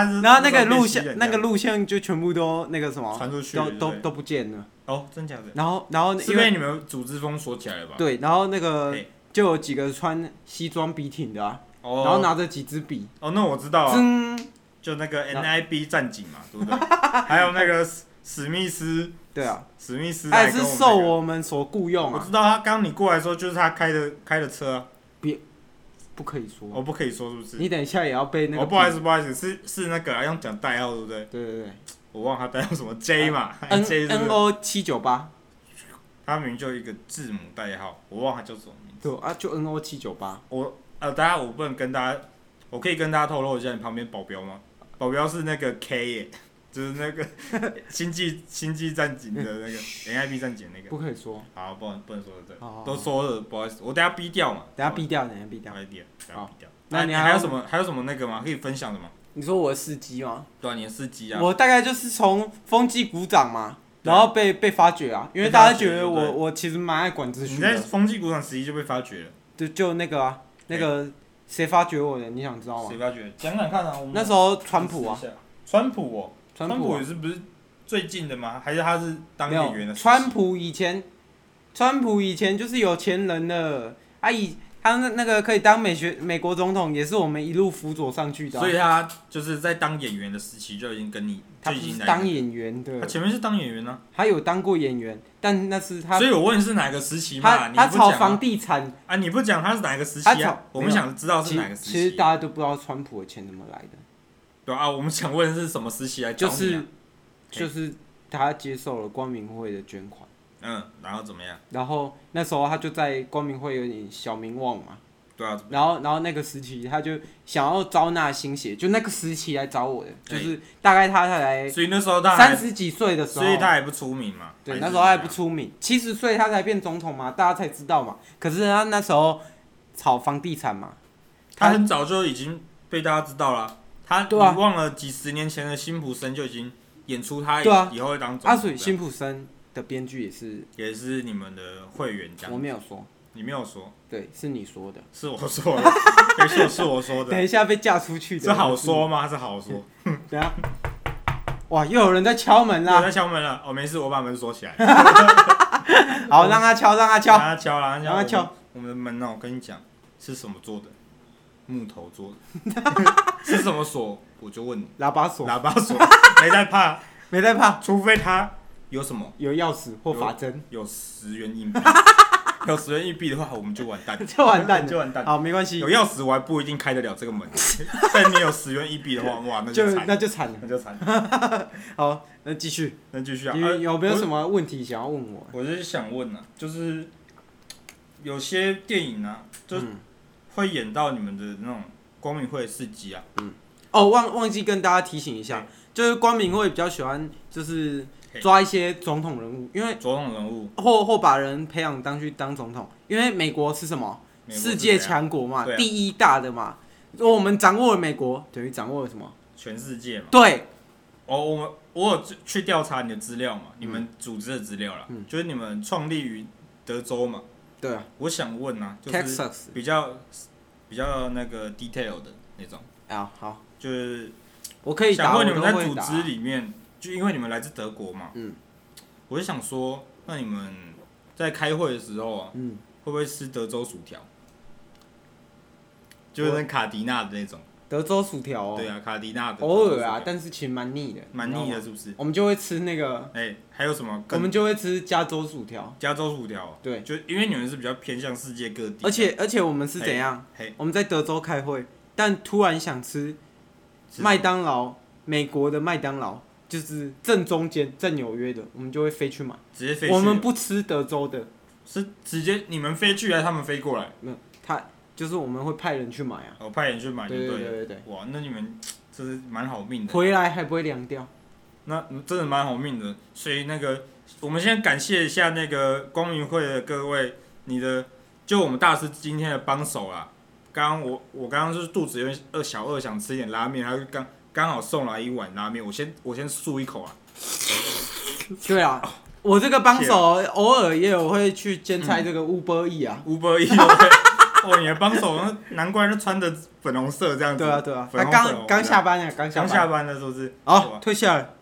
C: 那
A: 是
C: 然后那个
A: 是变
C: 录
A: 蜥蜴人
C: 像
A: 这
C: 那个
A: 样
C: 录像就全部都那个什么，
A: 传出去
C: 都
A: 对不
C: 都
A: 对
C: 都不见了。
A: 哦，真假的？
C: 然后然后
A: 是
C: 因
A: 被
C: 为
A: 你们组织封锁起来了吧？
C: 对，然后那个
A: 嘿
C: 就有几个穿西装笔挺的啊，
A: 哦，
C: 然后拿着几支笔，
A: 哦，那我知道啊，
C: 噌。
A: 就那个
C: 然后
A: NIB 战警嘛，对不对？还有那个史史密斯
C: 对啊，
A: 史密斯
C: 他也
A: 来跟我们
C: 是受
A: 那个
C: 我们所雇佣
A: 我
C: 啊，
A: 知道他刚你过来的时候就是他开的开的车啊，
C: 不可以说。
A: 我不可以说是不是？
C: 哦你等一下也要被那个。
A: 哦，不好意思，。不好意思，是是那个啊要讲代号对不对？
C: 对对对
A: 我忘了他代号什么 J 嘛
C: ，N
A: ，J 是不
C: N
A: 是？
C: O 七九八，
A: 他明明就一个字母代号，我忘了他叫什么名字。
C: 对啊，就 N O 七九八。
A: 我呃，大家我不能跟大家，我可以跟大家透露一下你旁边保镖吗？保镖是那个 K 耶、就是那个 星际星际战警的那个 NIB 战警那个。
C: 不可以说。
A: 好，不能不能说这
C: 好好
A: 都说了，不好意思，我等下逼掉嘛，
C: 等下毙掉，等下毙掉
A: 好，。快一点，等下
C: 好
A: 逼掉。
C: 那
A: 啊
C: 你
A: 你
C: 还
A: 还
C: 要
A: 有什么还有什么那个吗？可以分享的吗？
C: 你说我的司机吗？
A: 对啊，你的司机啊，
C: 我大概就是从风纪鼓掌嘛，
A: 对啊
C: 然后被被发掘啊，因为
A: 被发掘
C: 大家觉得
A: 对
C: 我
A: 不
C: 我其实蛮爱管秩
A: 你
C: 序
A: 在
C: 的，
A: 风纪鼓掌时期就被发掘了，
C: 就就那个啊，那个谁发掘我的，你想知道吗
A: 谁？发掘？讲讲看啊，我们
C: 哦那时候川普啊，，
A: 川普哦，
C: 川
A: 普
C: 普啊
A: 也是不是最近的吗？还是他是当
C: 没
A: 演员的
C: 有，
A: 时期？
C: 川普以前，川普以前就是有钱人了，啊以他那那个可以当美学美国总统，也是我们一路辅佐上去的啊、
A: 所以他就是在当演员的时期就已经跟你
C: 他
A: 就
C: 不
A: 已经
C: 是
A: 来
C: 当演员的
A: 他，前面是当演员呢、
C: 他有当过演员，但那是他
A: 所以我问是哪个时期嘛？
C: 他
A: 你
C: 他
A: 不讲
C: 炒
A: 啊
C: 房地产
A: 啊，你不讲他是哪个时
C: 他
A: 期
C: 炒
A: 啊？我们想知道是
C: 其
A: 哪个
C: 实
A: 时
C: 其实
A: 期、
C: 大家都不知道川普的钱怎么来的，
A: 对啊，我们想问是什么时期来找
C: 就
A: 你啊、
C: 是就是他接受了光明会的捐款，
A: 嗯，然后怎么样？
C: 然后那时候他就在光明会有点小名望嘛，
A: 对啊，
C: 然后然后那个时期他就想要招纳新血，就那个时期来找我的，就是大概他才
A: 所以那时候他
C: 三
A: 还，
C: 十几岁的时候
A: 哎所，以他还哎不出名嘛？
C: 对
A: 是
C: 那时候他还
A: 怎
C: 不
A: 样，
C: 出名，七十岁他才变总统嘛，大家才知道嘛，可是他那时候炒房地产嘛，
A: 他很早就已经被大家知道了。他
C: 对啊
A: 你忘了几十年前的辛普森就已经演出他以
C: 对啊
A: 以后会当总
C: 阿
A: 统
C: 水
A: 这样，
C: 辛普森的编剧也是，
A: 也是你们的会员这
C: 我
A: 样。
C: 没有说，
A: 你没有说，
C: 对，是你说的。
A: 是我说的， 没错，是我说
C: 等
A: 的。
C: 一下被嫁出去的，
A: 是好。说吗？是好 说。
C: 等一下，哇，又有人在敲门
A: 我
C: 啦！
A: 在敲门了，哦，没事，我把门锁起来。
C: 好，让他敲，让他
A: 让
C: 敲。
A: 他敲了，
C: 让他敲
A: 我们。我们的门呢？哦我跟你讲，是什么做的？木头做的。 是什么锁？我就问你，
C: 喇叭锁，
A: 喇叭 锁。没在怕，
C: 没在怕，
A: 除非他有什么
C: 有钥匙或法针
A: 有十元 硬币，有十元硬币的话，我们就完蛋，
C: 就完蛋
A: 就
C: 了。
A: 完蛋。
C: 好，没关系
A: 有，钥匙我还不一定开得了这个 门，但你有十元硬币的话，哇，那
C: 就
A: 就惨，
C: 那就惨了。
A: 那就惨。
C: 好，那继续，
A: 那继续啊，
C: 有
A: 呃
C: 有没有
A: 我
C: 什么问题想要问我？
A: 我是想问啊，就是有些电影啊，就
C: 嗯
A: 会演到你们的那种光明会的事迹啊，
C: 哦，忘忘记跟大家提醒一下
A: 嘿，
C: 就是光明会比较喜欢就是
A: 嘿
C: 抓一些总统人物，因为
A: 总统人物，
C: 或或把人培养当去当总统，因为美国是什么？
A: 美国是
C: 世界
A: 怎样，
C: 强国嘛
A: 对，啊
C: 第一大的嘛。如果我们掌握了美国，等于掌握了什么？
A: 全世界嘛。
C: 对，
A: 哦，我们我有去调查你的资料嘛，你们组织的资料啦，
C: 嗯
A: 就是你们创立于德州嘛。
C: 对啊
A: 我想问啊，就是
C: ，Texas
A: 比较比较那个 detail 的那种，
C: 啊，好，
A: 就是
C: 我可以
A: 想
C: 打，我
A: 问你
C: 都
A: 们在
C: 会
A: 组
C: 打。
A: 织里面，就因为你们来自德国嘛，
C: 嗯，
A: 我就想说，那你们在开会的时候啊，
C: 嗯，
A: 会不会吃德州薯条？就是那卡迪娜的那种，
C: 德州薯条哦
A: 对，啊，卡迪娜的
C: 偶
A: 德州
C: 尔啊，
A: 薯条
C: 但是其实蛮腻的，
A: 蛮
C: 你
A: 腻
C: 知道
A: 的，
C: 吗。
A: 是不是？
C: 我们就会吃那个，
A: 哎、还有什么
C: 我
A: 更？
C: 们就会吃加州薯条，
A: 加州薯条，啊
C: 对
A: 就因为你们是比较偏向世界各地的，
C: 而且而且我们是
A: 哎
C: 怎样？
A: 嘿，
C: 我们在德州开会，但突然想吃
A: 是
C: 麦当劳，美国的麦当劳就是正中间，在纽约的，我们就会飞去买。
A: 直接飞去，
C: 我们不吃德州的，
A: 是直接你们飞去，还是他们飞过来？
C: 他就是我们会派人去买啊。
A: 我派人去买就
C: 对
A: 了。
C: 对对对
A: 哇，那你们真是蛮好命的，
C: 回来还不会 凉掉。
A: 那真的蛮好命的。所以那个，我们先感谢一下那个光明会的各位，你的就我们大师今天的帮手啦。刚刚我我刚刚就是肚子有点饿，小饿想吃一点拉面，他就刚刚好送来一碗拉面，我先我先漱一口啊。
C: 对啊，我这个帮手偶尔也有会去兼差这个
A: 嗯
C: Uber E 啊。
A: Uber E，哦，你的 帮手，那难怪他穿的粉红色这样子。
C: 对啊对啊，
A: 粉
C: 他
A: 红粉
C: 刚
A: 红
C: 刚
A: 的
C: 下班哦啊，刚下
A: 刚下
C: 班。
A: 班了是不是？
C: 好，退下了。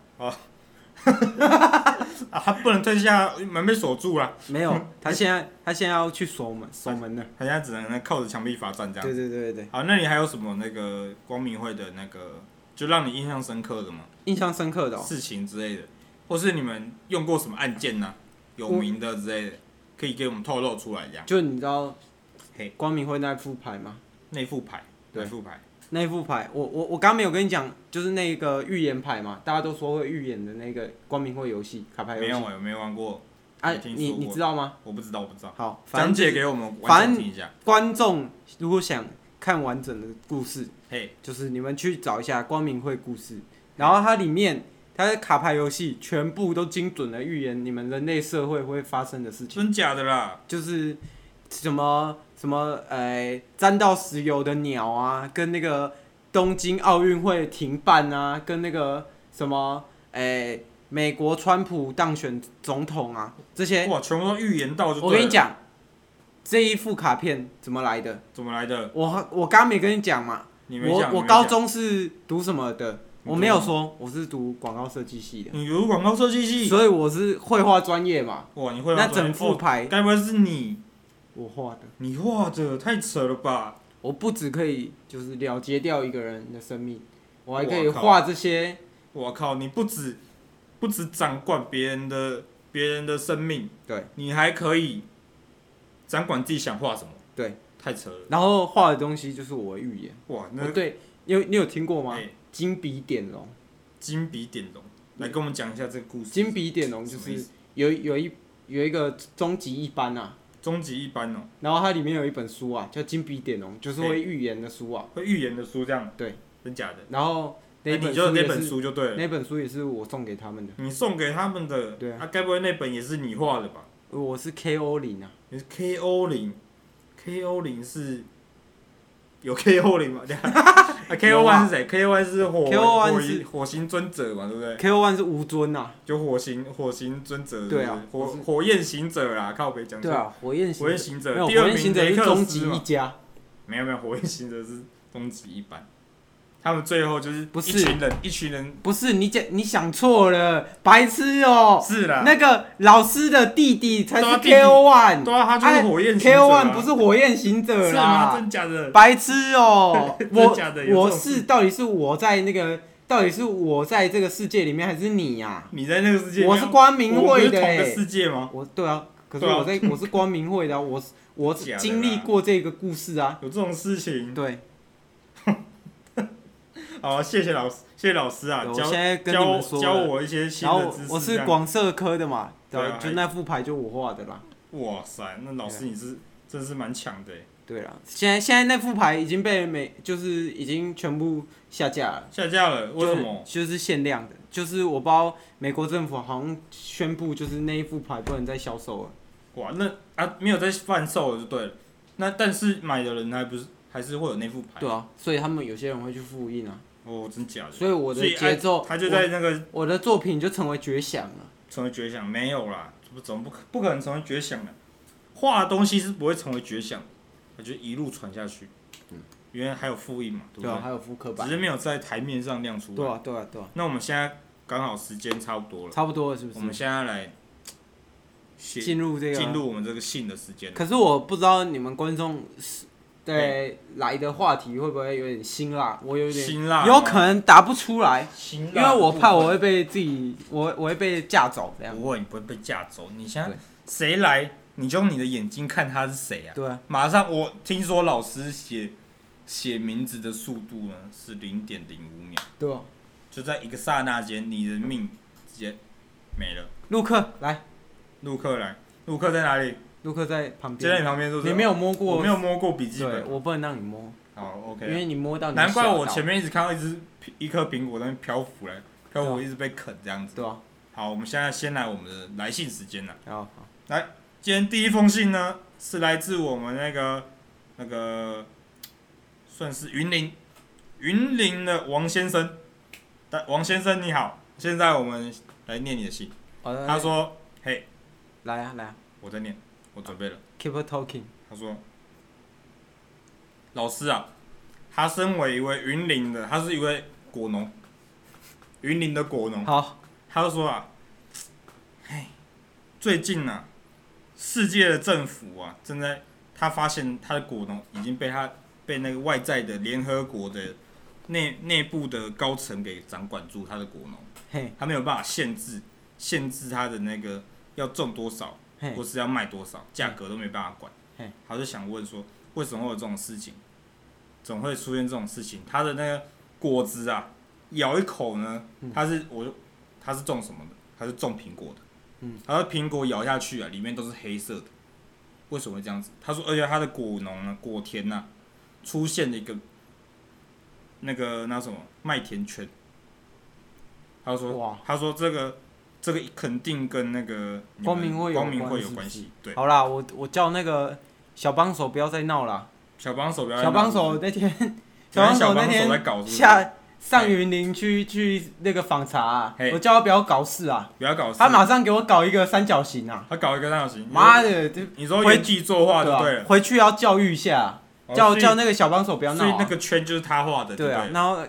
A: 啊，他不能退下，门被锁住啊了，
C: 没有，他现在他现在要去锁门，锁门了。
A: 他现在只能靠着墙壁罚站这
C: 对
A: 样。
C: 对对对对，
A: 好，那你还有什么那个光明会的那个，就让你印象深刻的吗？
C: 印象深刻的哦，
A: 事情之类的，或是你们用过什么案件呢、有名的之类的，可以给我们透露出来这样。
C: 就你知道
A: 嘿
C: 光明会那副牌吗？
A: 那副牌，
C: 对
A: 那副牌，
C: 那副牌，我我我刚没有跟你讲，就是那个预言牌嘛，大家都说会预言的那个光明会游戏卡牌游
A: 没有
C: 戏
A: 我没玩过，
C: 啊
A: 没，听
C: 你
A: 说
C: 你
A: 过
C: 知道吗？
A: 我不知道，我不知道。
C: 好，反
A: 讲
C: 正
A: 解
C: 就是
A: 给我们
C: 反
A: 完
C: 正
A: 整听一下。
C: 观众如果想看完整的故事，
A: 嘿，
C: 就是你们去找一下光明会故事，然后它里面它的卡牌游戏全部都精准的预言你们人类社会会发生的事情，
A: 真假的啦？
C: 就是什么什么呃沾到石油的鸟啊，跟那个东京奥运会停办啊，跟那个什么呃美国川普当选总统啊这些，
A: 哇，全部都预言到就对了
C: 我跟你，讲，这一副卡片怎么来的？
A: 怎么来的？
C: 我我刚没跟你讲嘛，
A: 你没
C: 我
A: 讲，
C: 我
A: 你没讲
C: 高，中是读什么的？
A: 你
C: 我没有
A: 读什
C: 说，我是读广告设计系的，
A: 你有广告设计系，
C: 所以我是绘画专业嘛。
A: 哇，你会
C: 那
A: 画出来
C: 整副
A: 哦
C: 牌
A: 该不会是你
C: 我画的，
A: 你画的？太扯了吧！
C: 我不只可以就是了结掉一个人的生命，我还可以
A: 我靠
C: 画这些。
A: 我靠，你不止不止掌管别人的别人的生命，
C: 对，
A: 你还可以掌管自己想画什么，
C: 对，
A: 太扯了，
C: 然后画的东西就是我的预言。
A: 哇，那
C: 哦，对，你有你有听过吗？
A: 哎
C: 金笔点龙，
A: 金笔点龙，来跟我们讲一下这个故事。
C: 金笔点龙就
A: 什么意
C: 是
A: 思
C: 有有一有一个终极一班啊，
A: 终极一班哦，
C: 然后它里面有一本书啊，叫《金笔点龙》，就是
A: 哎
C: 会预言的书啊。
A: 会预言的书这样，
C: 对，
A: 真假的？
C: 然后那
A: 那
C: 一
A: 哎
C: 本
A: 你
C: 书
A: 就那
C: 也
A: 本
C: 是
A: 书就对了，
C: 那本书也是我送给他们的，
A: 你送给他们的，
C: 对啊
A: 啊，该不会那本也是你画的吧？
C: 我是 KO 零啊，
A: 你是 KO 零，KO 零是有 KO 零吗？对 啊，KO
C: 有
A: one
C: 啊
A: 是谁？KO one 是火
C: KO
A: 火
C: one 是
A: 火星尊者嘛，对不对？
C: KO one 是吴尊啊呐，
A: 就火星火星尊者，
C: 对啊
A: 是不是
C: 我
A: 火火焰行者啦，靠北讲
C: 对
A: 错，
C: 啊，火焰行
A: 火焰
C: 者，
A: 行
C: 没
A: 者
C: 有火
A: 第二
C: 焰行
A: 名
C: 者
A: 雷
C: 是
A: 克
C: 终
A: 斯
C: 极一
A: 嘛，
C: 家，
A: 没有没有，火焰行者是终极一班，他们最后就是
C: 不是
A: 一群人一群人
C: 不是你讲你想错了，白痴哦，
A: 是啦，
C: 那个老师的弟弟才是
A: 对啊弟弟
C: KO one，KO
A: 对啊，他就是火焰行者
C: 哎 one
A: 啊，
C: 不是火焰行者
A: 是吗？
C: 啦，
A: 真假的？
C: 白痴哦，
A: 真假的有这
C: 我
A: 种
C: 我是到底是我在那个到底是我在这个世界里面还是你呀？
A: 你在那个世界里面，
C: 我是光明
A: 我
C: 会
A: 们不是
C: 的
A: 同个
C: 欸。
A: 世界吗？
C: 我对啊，可是
A: 对啊
C: 我在、我是光明会的、啊，我是我是
A: 假的啦
C: 经历过这个故事啊。
A: 有这种事情？
C: 对，
A: 好，谢谢老师，谢谢老师啊，
C: 我
A: 教
C: 现在跟
A: 教
C: 你
A: 我
C: 们说
A: 教
C: 了
A: 我一些新
C: 然
A: 的
C: 后
A: 知识。
C: 我
A: 这
C: 是
A: 样
C: 广社科的嘛，对
A: 对
C: 吧、
A: 啊
C: 就那副牌就我画的啦。
A: 哇塞，那老师你是真是蛮强的欸，
C: 对啦，现在现在那副牌已经被美，就是已经全部下架了。
A: 下架了，为什么？
C: 就是？就是限量的，就是我不知道美国政府好像宣布，就是那一副牌不能再销售了。
A: 哇，那啊没有在贩售了就对了。那但是买的人还不是还是会有那副牌？
C: 对啊，所以他们有些人会去复印啊。
A: 哦，真假的？
C: 所以我的
A: 所以哎
C: 节奏，
A: 他就在那个
C: 我我的作品就成为绝响了。
A: 成为绝响，没有啦，不怎么不可不可能成为绝响的？画的东西是不会成为绝响的，它就一路传下去。原来还有复印嘛，对不
C: 嗯对啊，还有复刻
A: 只
C: 版。
A: 是没有在台面上亮出来。
C: 对啊，对啊，对啊，
A: 那我们现在刚好时间差不多了，
C: 差不多了，是不是？
A: 我们现在来写
C: 进入这个
A: 进。入我们这个信的时间了。
C: 可是我不知道你们观众是对来的话题会不会有点辛辣，我有点
A: 哎辛辣吗，
C: 有可能答不出来，
A: 辛
C: 因
A: 辣，
C: 为我怕我会被自己，我我会被架走这样。
A: 不会，你不会被架走。你现在
C: 对
A: 谁来，你就用你的眼睛看他是谁啊！
C: 对啊，
A: 马上我听说老师写写名字的速度呢是零点零五秒，
C: 对啊。
A: 就在一个刹那间，你的命直接没了。
C: 陆克来，
A: 陆克来，陆克在哪里？
C: 陆克在旁
A: 就在你
C: 边，
A: 旁边，是不是？
C: 你没有摸
A: 我
C: 过
A: 没，有摸过笔记
C: 对，
A: 本。
C: 我不能让你摸，
A: 好，OK
C: 因。为你摸到你
A: 难怪
C: 吓
A: 我
C: 到
A: 前面一直看到一只苹一颗苹果在那边漂浮来，漂浮一直被啃这样子。
C: 对啊，哦
A: 好，我们现在先来我们的来信时间了。
C: 然后
A: 今天第一封信呢，是来自我们那个那个算是云林云林的王先生。但王先生你好，现在我们来念你的信。
C: 好的，
A: 他说：“嘿，
C: 来啊来啊
A: 我在念，我准备了。”
C: ，keep talking，
A: 他说：“老师啊，他身为一位云林的，他是一位果农，云林的果农，
C: 好，
A: 他就说啊，唉，最近啊，世界的政府啊，正在他发现他的果农已经被他被那个外在的联合国的内内部的高层给掌管住他的果农，
C: 嘿，
A: 他没有办法限制限制它的那个要种多少，
C: 嘿
A: 或是要卖多少，价格都没办法管
C: 嘿。
A: 他就想问说，为什么会有这种事情？总会出现这种事情？它的那个果子啊，咬一口呢，
C: 嗯
A: 它是我它是种什么的？它是种苹果的。
C: 嗯，
A: 他说苹果咬下去啊，里面都是黑色的，为什么会这样子？他说，而且它的果农呢，果田呐、出现了一个那个那什么麦田圈。他
C: 哇
A: 说，他说这个这个肯定跟那个你们
C: 光明会有
A: 光明会有
C: 关
A: 关
C: 系
A: 系。对，
C: 好啦，我我叫那个小帮手不要再闹啦。
A: 小帮手不要再
C: 小帮
A: 闹
C: 手
A: 是不
C: 那天
A: 是，
C: 小帮手
A: 小
C: 那
A: 帮手在
C: 天
A: 搞是不是
C: 下上云林去去那个访查啊、
A: 嘿
C: 我叫他不要搞事啊，
A: 不要搞事，
C: 他马上给我搞一个三角形啊！
A: 他搞一个三角形，
C: 妈的，这
A: 你说
C: 回
A: 原地作画就
C: 啊
A: 对了，
C: 回去要教育一下，
A: 哦
C: 叫
A: 所以
C: 叫那个小帮手不要闹
A: 所以那
C: 啊。
A: 个圈就是他画的，
C: 对
A: 对
C: 啊，
A: 了
C: 然后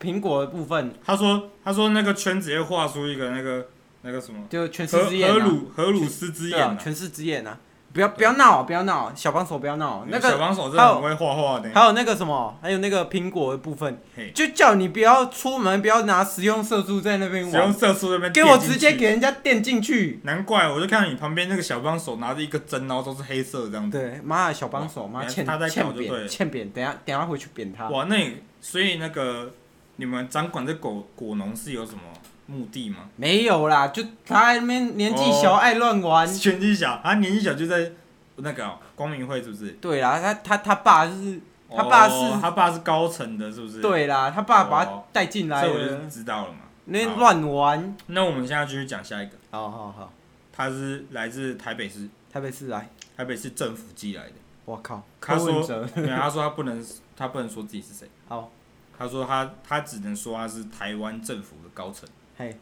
C: 苹果的部分
A: 他说他说那个圈直接画出一个那个那个什么
C: 就全
A: 荷
C: 是之眼
A: 荷
C: 啊，
A: 鲁荷鲁斯之
C: 对
A: 眼
C: 啊，
A: 啊，
C: 全是之眼啊！不要不要闹啊，不要闹啊，小帮手不要闹啊，那
A: 小
C: 个
A: 帮手真的很会画画的，
C: 还有那个什么，还有那个苹果的部分，
A: 嘿，
C: 就叫你不要出门，不要拿食用色素在那边
A: 使用
C: 玩，
A: 色素那边
C: 给我
A: 电进
C: 直接
A: 去
C: 给。人家电进去。
A: 难怪我就看到你旁边那个小帮手拿着一个针，然后都是黑色这样子。
C: 对，妈的小帮手，妈
A: 原来
C: 欠
A: 他在搞
C: 欠
A: 就对
C: 扁
A: 了
C: 欠扁，等下等下回去扁他。
A: 哇，那你所以那个你们掌管这果果农是有什么目的吗？
C: 没有啦，就他那边年纪小
A: 哦
C: 爱乱玩。
A: 年纪小，他年纪小就在那个哦、光明会是不是？
C: 对啦，他他他爸就是他爸是
A: 哦他爸是高层的，是不是？，
C: 对啦，他爸把他
A: 哦
C: 带进来
A: 所以我就
C: 了，
A: 知道了嘛。
C: 那边
A: 好
C: 乱玩。
A: 那我们现在继续讲下一个，
C: 好好好，
A: 他是来自台北市，
C: 台北市来，
A: 台北市政府寄来的。
C: 我靠，
A: 他
C: 柯文
A: 说
C: 哲，，
A: 没有他说他不能，他不能说自己是谁。
C: 好，
A: 他说他他只能说他是台湾政府的高层。
C: 嘿，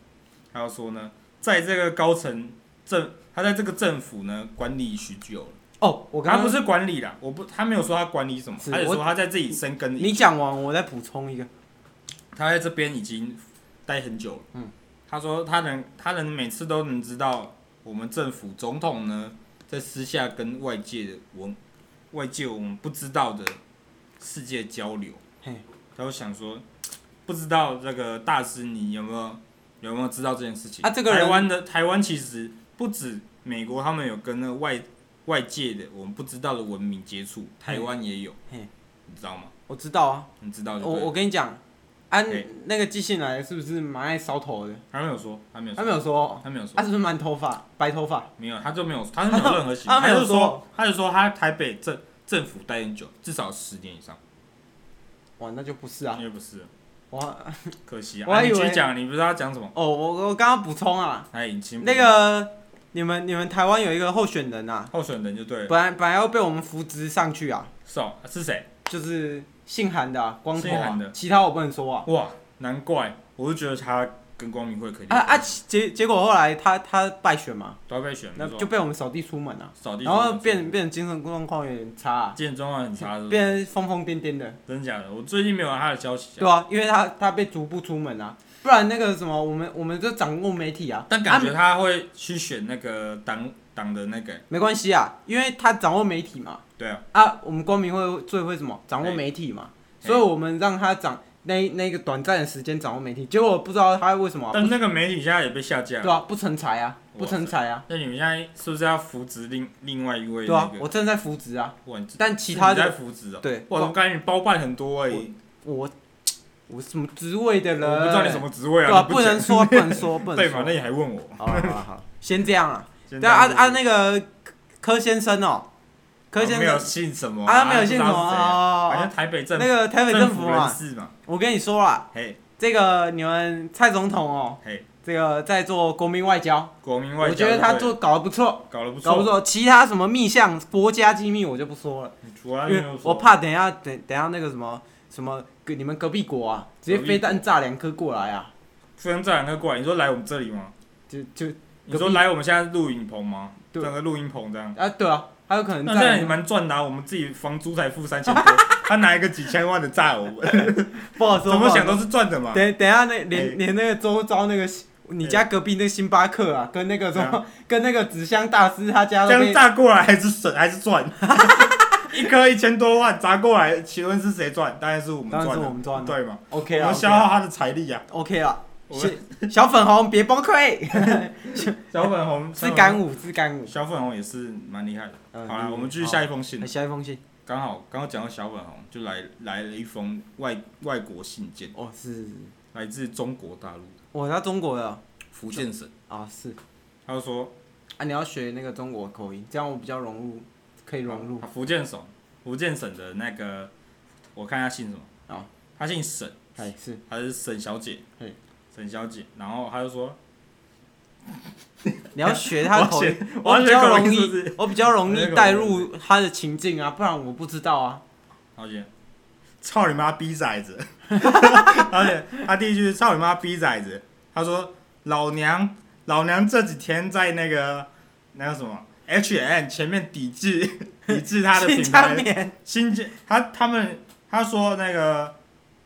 A: 他要说呢，在这个高层政，他在这个政府呢管理许久了。
C: 哦，我刚
A: 他
C: 刚
A: 不是管理啦，我不，他没有说他管理什么，
C: 是
A: 他只
C: 我
A: 说他在这里生根。
C: 你讲完，我再补充一个。
A: 他在这边已经待很久了。
C: 嗯，
A: 他说他能，他能每次都能知道我们政府总统呢在私下跟外界的文，外界我们不知道的世界交流。
C: 嘿，
A: 他就想说，不知道这个大师你有没有有没有知道这件事情？
C: 啊这个人
A: 台湾的台湾其实不止美国，他们有跟那个外外界的我们不知道的文明接触，台湾也有。
C: 嘿
A: 你知道吗？
C: 我知道啊，
A: 你知道就
C: 我
A: 哦对了
C: 我跟你讲，安、
A: 嘿
C: 那个寄信来的是不是蛮爱烧头的？
A: 他没有说，他没有
C: 他
A: 说，
C: 没有说，
A: 他没有说
C: 哦啊他。是不是蛮头发白头发？
A: 没有，他就没有，他是没有任何行
C: 他
A: 为，
C: 没
A: 他
C: 有
A: 就
C: 说
A: 说，他就说他台北政政府待很久，至少十年以上，
C: 哇，那就不是啊，
A: 因为不是，
C: 哇
A: 可惜啊。
C: 我还
A: 啊你
C: 以为
A: 去讲，你不知道要讲什么？
C: 哦，我我刚刚补充啊，
A: 哎，引擎
C: 那个你们你们台湾有一个候选人啊，
A: 候选人就 对了，
C: 本来本来要被我们扶植上去啊，
A: 是哦，是谁？
C: 就是姓韩的、啊、光头
A: 姓
C: 啊
A: 韩的，
C: 其他我不能说啊。
A: 哇，难怪，我就觉得他跟光明会可以
C: 啊啊！结结果后来他他败选嘛，
A: 都要被选，
C: 那
A: 没错
C: 就被我们扫地出门啊，
A: 扫地出
C: 然
A: 门，嗯
C: 后变变成精神状况有点差、啊，
A: 健身状况很差，是不是？
C: 变成疯疯癫癫的。
A: 真假的？我最近没有他的消息啊，
C: 对啊，因为他他被逐步出门啊，不然那个什么，我们我们就掌握媒体啊。
A: 但感
C: 啊
A: 觉他会去选那个党党的那个，
C: 没关系啊，因为他掌握媒体嘛。
A: 对啊，
C: 啊，我们光明会最会什么？掌握媒体嘛。
A: 嘿
C: 所以我们让他掌那那个短暂的时间掌握媒体，结果不知道他为什么啊、
A: 但那个媒体现在也被下架
C: 对
A: 了。
C: 啊，不成才啊，不成才啊，
A: 那你们现在是不是要扶植另另外一位
C: 对
A: 那
C: 啊
A: 个，？
C: 我正在扶植啊，
A: 哇，你这
C: 但其他
A: 是你在
C: 的
A: 扶植哦、
C: 对
A: 哇，我感觉你包办很多哎、
C: 我我什么职位的人，
A: 我不知道你什么职位
C: 对啊，
A: 啊，
C: 不
A: 你讲
C: 能说不能说不能
A: 对嘛？那
C: 说。
A: 你还问我？
C: 好了啊好了好了，先这样啊。
A: 现
C: 对
A: 在
C: 啊啊
A: 就是
C: 啊，那个柯先生哦，柯
A: 啊
C: 先
A: 没有
C: 生
A: 姓什么
C: 啊，没有姓什么
A: 不知道是谁反
C: 啊
A: 正？台北政
C: 那个台北政
A: 政
C: 府啊
A: 人
C: 嘛，
A: 士嘛，
C: 我跟你说啦，
A: 嘿
C: 这个你们蔡总统哦，
A: 嘿，
C: 这个在做国民外交，
A: 国民外
C: 我
A: 交
C: 觉
A: 对，
C: 得他做搞得不错，
A: 搞得不
C: 搞
A: 错，
C: 得不错。其他什么密项、国家机密我就不说了，
A: 你主要
C: 因
A: 没
C: 为
A: 有说
C: 我怕等一下等等一下那个什么什么隔你们隔壁国啊，直接飞弹炸两颗过来啊，
A: 富人这两个过来，你说来我们这里吗？
C: 就就
A: 你说来我们现在录影棚吗？
C: 对
A: 整个录音棚这样。
C: 啊对啊，还有可能
A: 那这样也
C: 炸。
A: 蛮赚的、啊，我们自己房租才付三千多，他拿一个几千万的炸我们，
C: 不好说，
A: 怎么想
C: 不好
A: 都是赚的嘛
C: 说。等等一下那
A: 哎
C: 连连那个周遭那个。你家隔壁那个星巴克啊，跟那个什
A: 对
C: 么，跟那个纸箱大师他家
A: 这
C: 都
A: 样
C: 被
A: 炸过来还是省还是赚， 一颗一千多万砸过来，请问是谁赚？当然是我们
C: 当然
A: 赚
C: 是
A: 的，
C: 我们赚的
A: 对嘛？
C: OK
A: 我
C: 啊
A: 们消耗他的财力啊。
C: ，OK 啊，
A: 我
C: 小
A: 们
C: 小粉红别崩 溃，
A: 小粉红
C: 自哎干五自干五。
A: 小粉红也是蛮厉害的。
C: 嗯
A: 好啦，
C: 嗯
A: 我们继续下一封信
C: 哎。下一封信
A: 刚好刚刚讲到小粉红，就来来了一封外外国信件，
C: 哦，是
A: 来自中国大陆
C: 我他中国的啊、
A: 福建省。
C: 是
A: 他就说
C: 啊，你要学那个中国口音，这样我比较融入，可以融入
A: 啊福建省，福建省的那个，我看他姓什么？
C: 哦，
A: 他姓沈，
C: 哎是
A: 他是沈小姐
C: 嘿，
A: 沈小姐。然后他就说，
C: 你要学欸他的口音，
A: 我要
C: 比
A: 学
C: 较
A: 我要学口
C: 容
A: 音是不
C: 易
A: 是？，
C: 我比较容
A: 我要学
C: 易
A: 口
C: 带
A: 音
C: 入他的情境啊，不然我不知道啊。
A: 然后姐，操你妈逼崽子！ 而且他第一句是操你妈逼崽子，他说老娘老娘这几天在那个那个什么 H N 前面抵制抵制他的
C: 新
A: 品
C: 疆
A: 牌
C: 棉，
A: 新疆，他他们他说那个，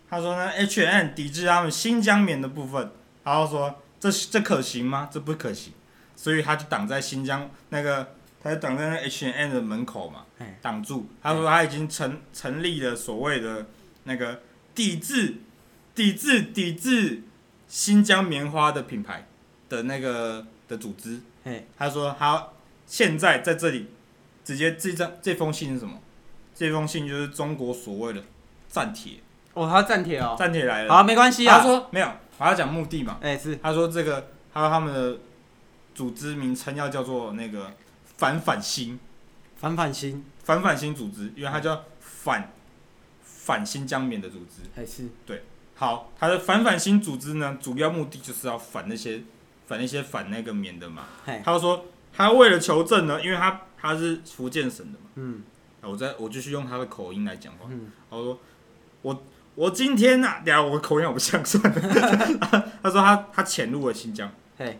A: 他说呢 H N 抵制他们新疆棉的部分，然后说这这可行吗？这不可行，所以他就挡在新疆那个，他就挡在那 H N 的门口嘛
C: 哎，
A: 挡住。他说他已经成成立了所谓的那个抵制抵制抵制新疆棉花的品牌的那个的组织
C: 嘿。
A: 他说他现在在这里直接这张这封信是什么？这封信就是中国所谓的战帖，
C: 哦，他站帖哦，
A: 战帖来了。
C: 好，没关系啊。
A: 他说没有，我要讲目的嘛。
C: 哎是
A: 他说这个，他说他们的组织名称要叫做那个反反新
C: 反反新，
A: 反反新组织，因为它叫反反新疆棉的组织。
C: 还哎是
A: 好，它的反反新组织呢，主要目的就是要反那些反那些反那个棉的嘛。
C: 嘿
A: 他说他为了求证呢，因为他他是福建省的嘛。
C: 嗯
A: 啊我再我继续用他的口音来讲话。
C: 嗯
A: 他说我我今天呐、啊，等一下我口音好不像算了。 他说他他潜入了新疆，
C: 嘿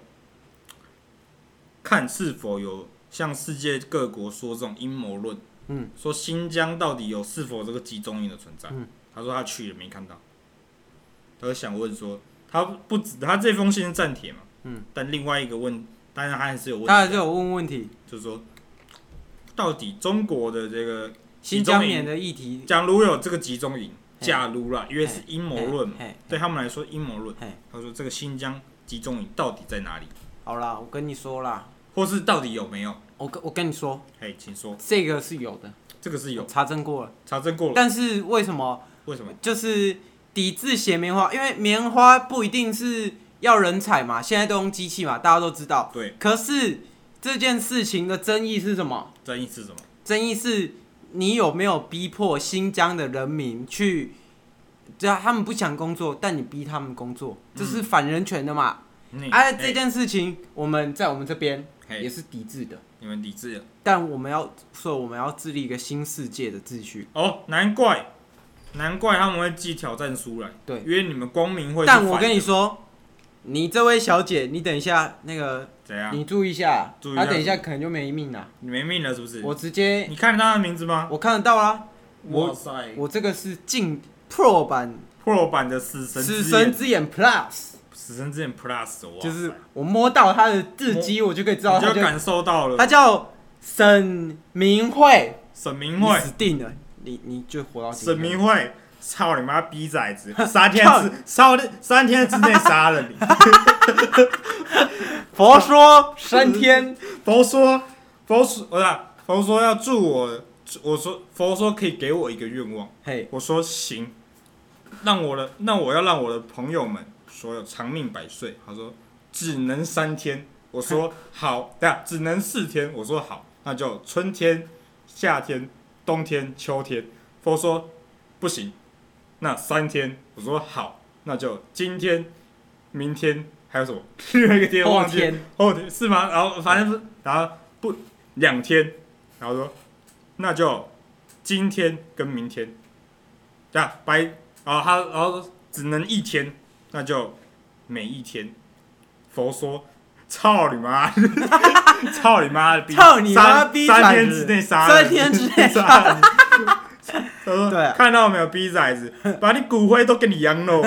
A: 看是否有向世界各国说这种阴谋论，
C: 嗯，
A: 说新疆到底有是否有这个集中营的存在。
C: 嗯
A: 他说他去了没看到，他就想问说，他不止他这封信是暂帖嘛，
C: 嗯，
A: 但另外一个问，当然他还是有问题的，
C: 他还是有问问题，
A: 就是说，到底中国的这个
C: 新疆棉的议题
A: 假如有这个集中营，
C: 嘿
A: 假如啦，因为是阴谋论嘛，
C: 嘿嘿
A: 对他们来说阴谋论
C: 嘿。
A: 他说这个新疆集中营到底在哪里，
C: 好啦，我跟你说啦，
A: 或是到底有没有？
C: 我跟我跟你说，
A: 嘿，请说，
C: 这个是有的，
A: 这个是有
C: 查证过了。
A: 查证过了，
C: 但是为什么
A: 为什么？
C: 就是抵制写棉花？因为棉花不一定是要人采嘛，现在都用机器嘛，大家都知道。
A: 对，
C: 可是这件事情的争议是什么？
A: 争议是什么？
C: 争议是你有没有逼迫新疆的人民去，对啊，他们不想工作，但你逼他们工作，这是反人权的嘛？
A: 你
C: 啊，
A: 嗯嘿
C: 这件事情我们在我们这边也
A: 嘿，
C: 是抵制的，
A: 你们理智了
C: 但我们要所以我们要制立一个新世界的秩序。
A: 哦，难怪，难怪他们会寄挑战书来，
C: 对
A: 因为你们光明会是反
C: 但
A: 的。
C: 我跟你说，你这位小姐，你等一下那个，
A: 怎样？
C: 你注意一下，
A: 啊注意一
C: 她
A: 下
C: 等一
A: 什么
C: 下可能就没命了。
A: 你没命了是不是？
C: 我直接
A: 你哎看得到他的名字吗？
C: 我看得到啦，我
A: 哇塞
C: 我这个是进 Pro 版
A: ，Pro 版的死神
C: 死
A: 之
C: 神
A: 眼，
C: 之眼 Plus。
A: 死神之眼 Plus，哇塞
C: 就是我摸到他的字迹，我就可以知道
A: 你
C: 他
A: 就
C: 就
A: 感受到
C: 他
A: 了
C: 叫沈明慧，
A: 沈明
C: 你
A: 慧。
C: 死定了，你你就活到今
A: 沈
C: 天
A: 明慧，操你妈逼崽 子！三天之三三天之内杀了你。
C: 佛说升天，
A: 佛说，佛说，不是啊佛说要助我，我说佛说可以给我一个愿望，
C: 嘿，
A: 我说行，让我的那我要让我的朋友们所有长命百岁。他说只能三天，我 说好，对啊，只能四天，我说好，那就春天、夏天、冬天、秋天。佛说不行，那三天，我说好，那就今天、明天还有什么？ 另外一个天
C: 后
A: 忘记了
C: 天
A: 后天是吗？然后反正是然后不两天，然后说那就今天跟明天，对啊，白，然后他然后说只能一天，那就每一天。佛说：“操你妈！ 操你妈的逼！
C: 操你妈逼崽子
A: 三三天之内杀了
C: 三
A: 你
C: 天之内
A: 杀了你。”他说：“
C: 对啊
A: 看到没有，逼崽子，把你骨灰都给你扬 喽，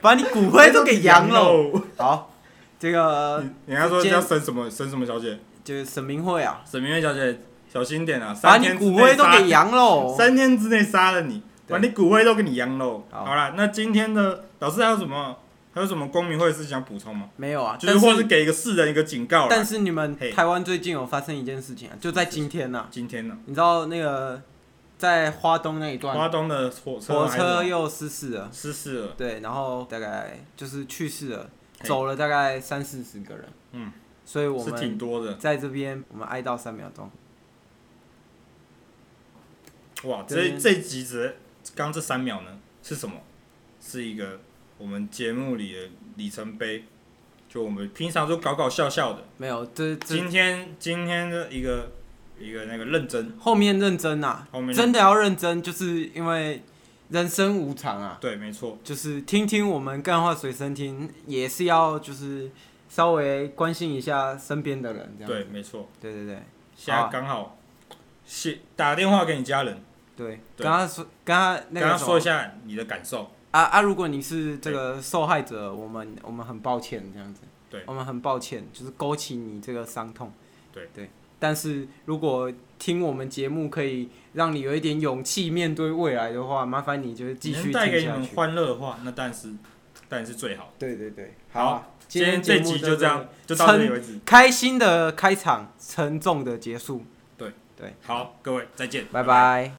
C: 把你骨灰都给扬了。
A: 喽。
C: 好，这”个
A: 人家说叫沈什么沈什么小姐，
C: 就是沈明慧啊，
A: 沈明月小姐，小心点啊！
C: 把
A: 三
C: 你
A: 天之内
C: 骨灰都
A: 杀
C: 给扬哦喽。
A: 三天之内杀了你，
C: 对
A: 把你骨灰都给你扬喽。
C: 好
A: 好了，那今天的老师还有什么？还有什么公民会是想补充吗？
C: 没有啊，
A: 就是
C: 但
A: 或是给一个世人一个啊警告
C: 但
A: 啦。
C: 是你们
A: 嘿
C: 台湾最近有发生一件事情啊，就在今天呐、
A: 今天呢，
C: 你知道那个在花东那一
A: 花
C: 段，
A: 东的火车
C: 火
A: 还是什
C: 车
A: 么
C: 又失事了，
A: 失事了，
C: 对，然后大概就是去世了，
A: 嘿
C: 走了大概三四十个人，
A: 嗯，
C: 所以我
A: 是挺
C: 们
A: 多的。
C: 在这边我们哀悼三秒钟，
A: 哇，
C: 对
A: 这这一集只刚这三秒呢是什么？是一个我们节目里的里程碑，就我们平常都搞搞笑笑的，
C: 没有，这这
A: 今天今天的一个一个那个认真，
C: 后面认真啊，
A: 后面
C: 真的要认真，就是因为人生无常啊，
A: 对，没错，
C: 就是听听我们干话随身听，也是要就是稍微关心一下身边的人，这样
A: 对，
C: 子，
A: 没错。
C: 对对对。
A: 现在刚好，是打电话给你家人，
C: 对，
A: 对
C: 刚刚说，刚刚那
A: 跟
C: 个
A: 他
C: 什
A: 说
C: 么
A: 一下你的感受。
C: 啊啊！如果你是这个受害者，我们我们很抱歉这样子，
A: 对
C: 我们很抱歉，就是勾起你这个伤痛，
A: 对
C: 对。但是如果听我们节目可以让你有一点勇气面对未来的话，麻烦你就是继续
A: 能
C: 听
A: 带给你
C: 下
A: 们
C: 去。
A: 欢乐的话，那当然是当然是最好。
C: 对对对，
A: 好
C: 啊，
A: 今天
C: 节
A: 这
C: 目
A: 集
C: 到
A: 就这
C: 里
A: 样，，就到这里为止。
C: 开心的开场，沉重的结束，
A: 好，各位再见，
C: 拜拜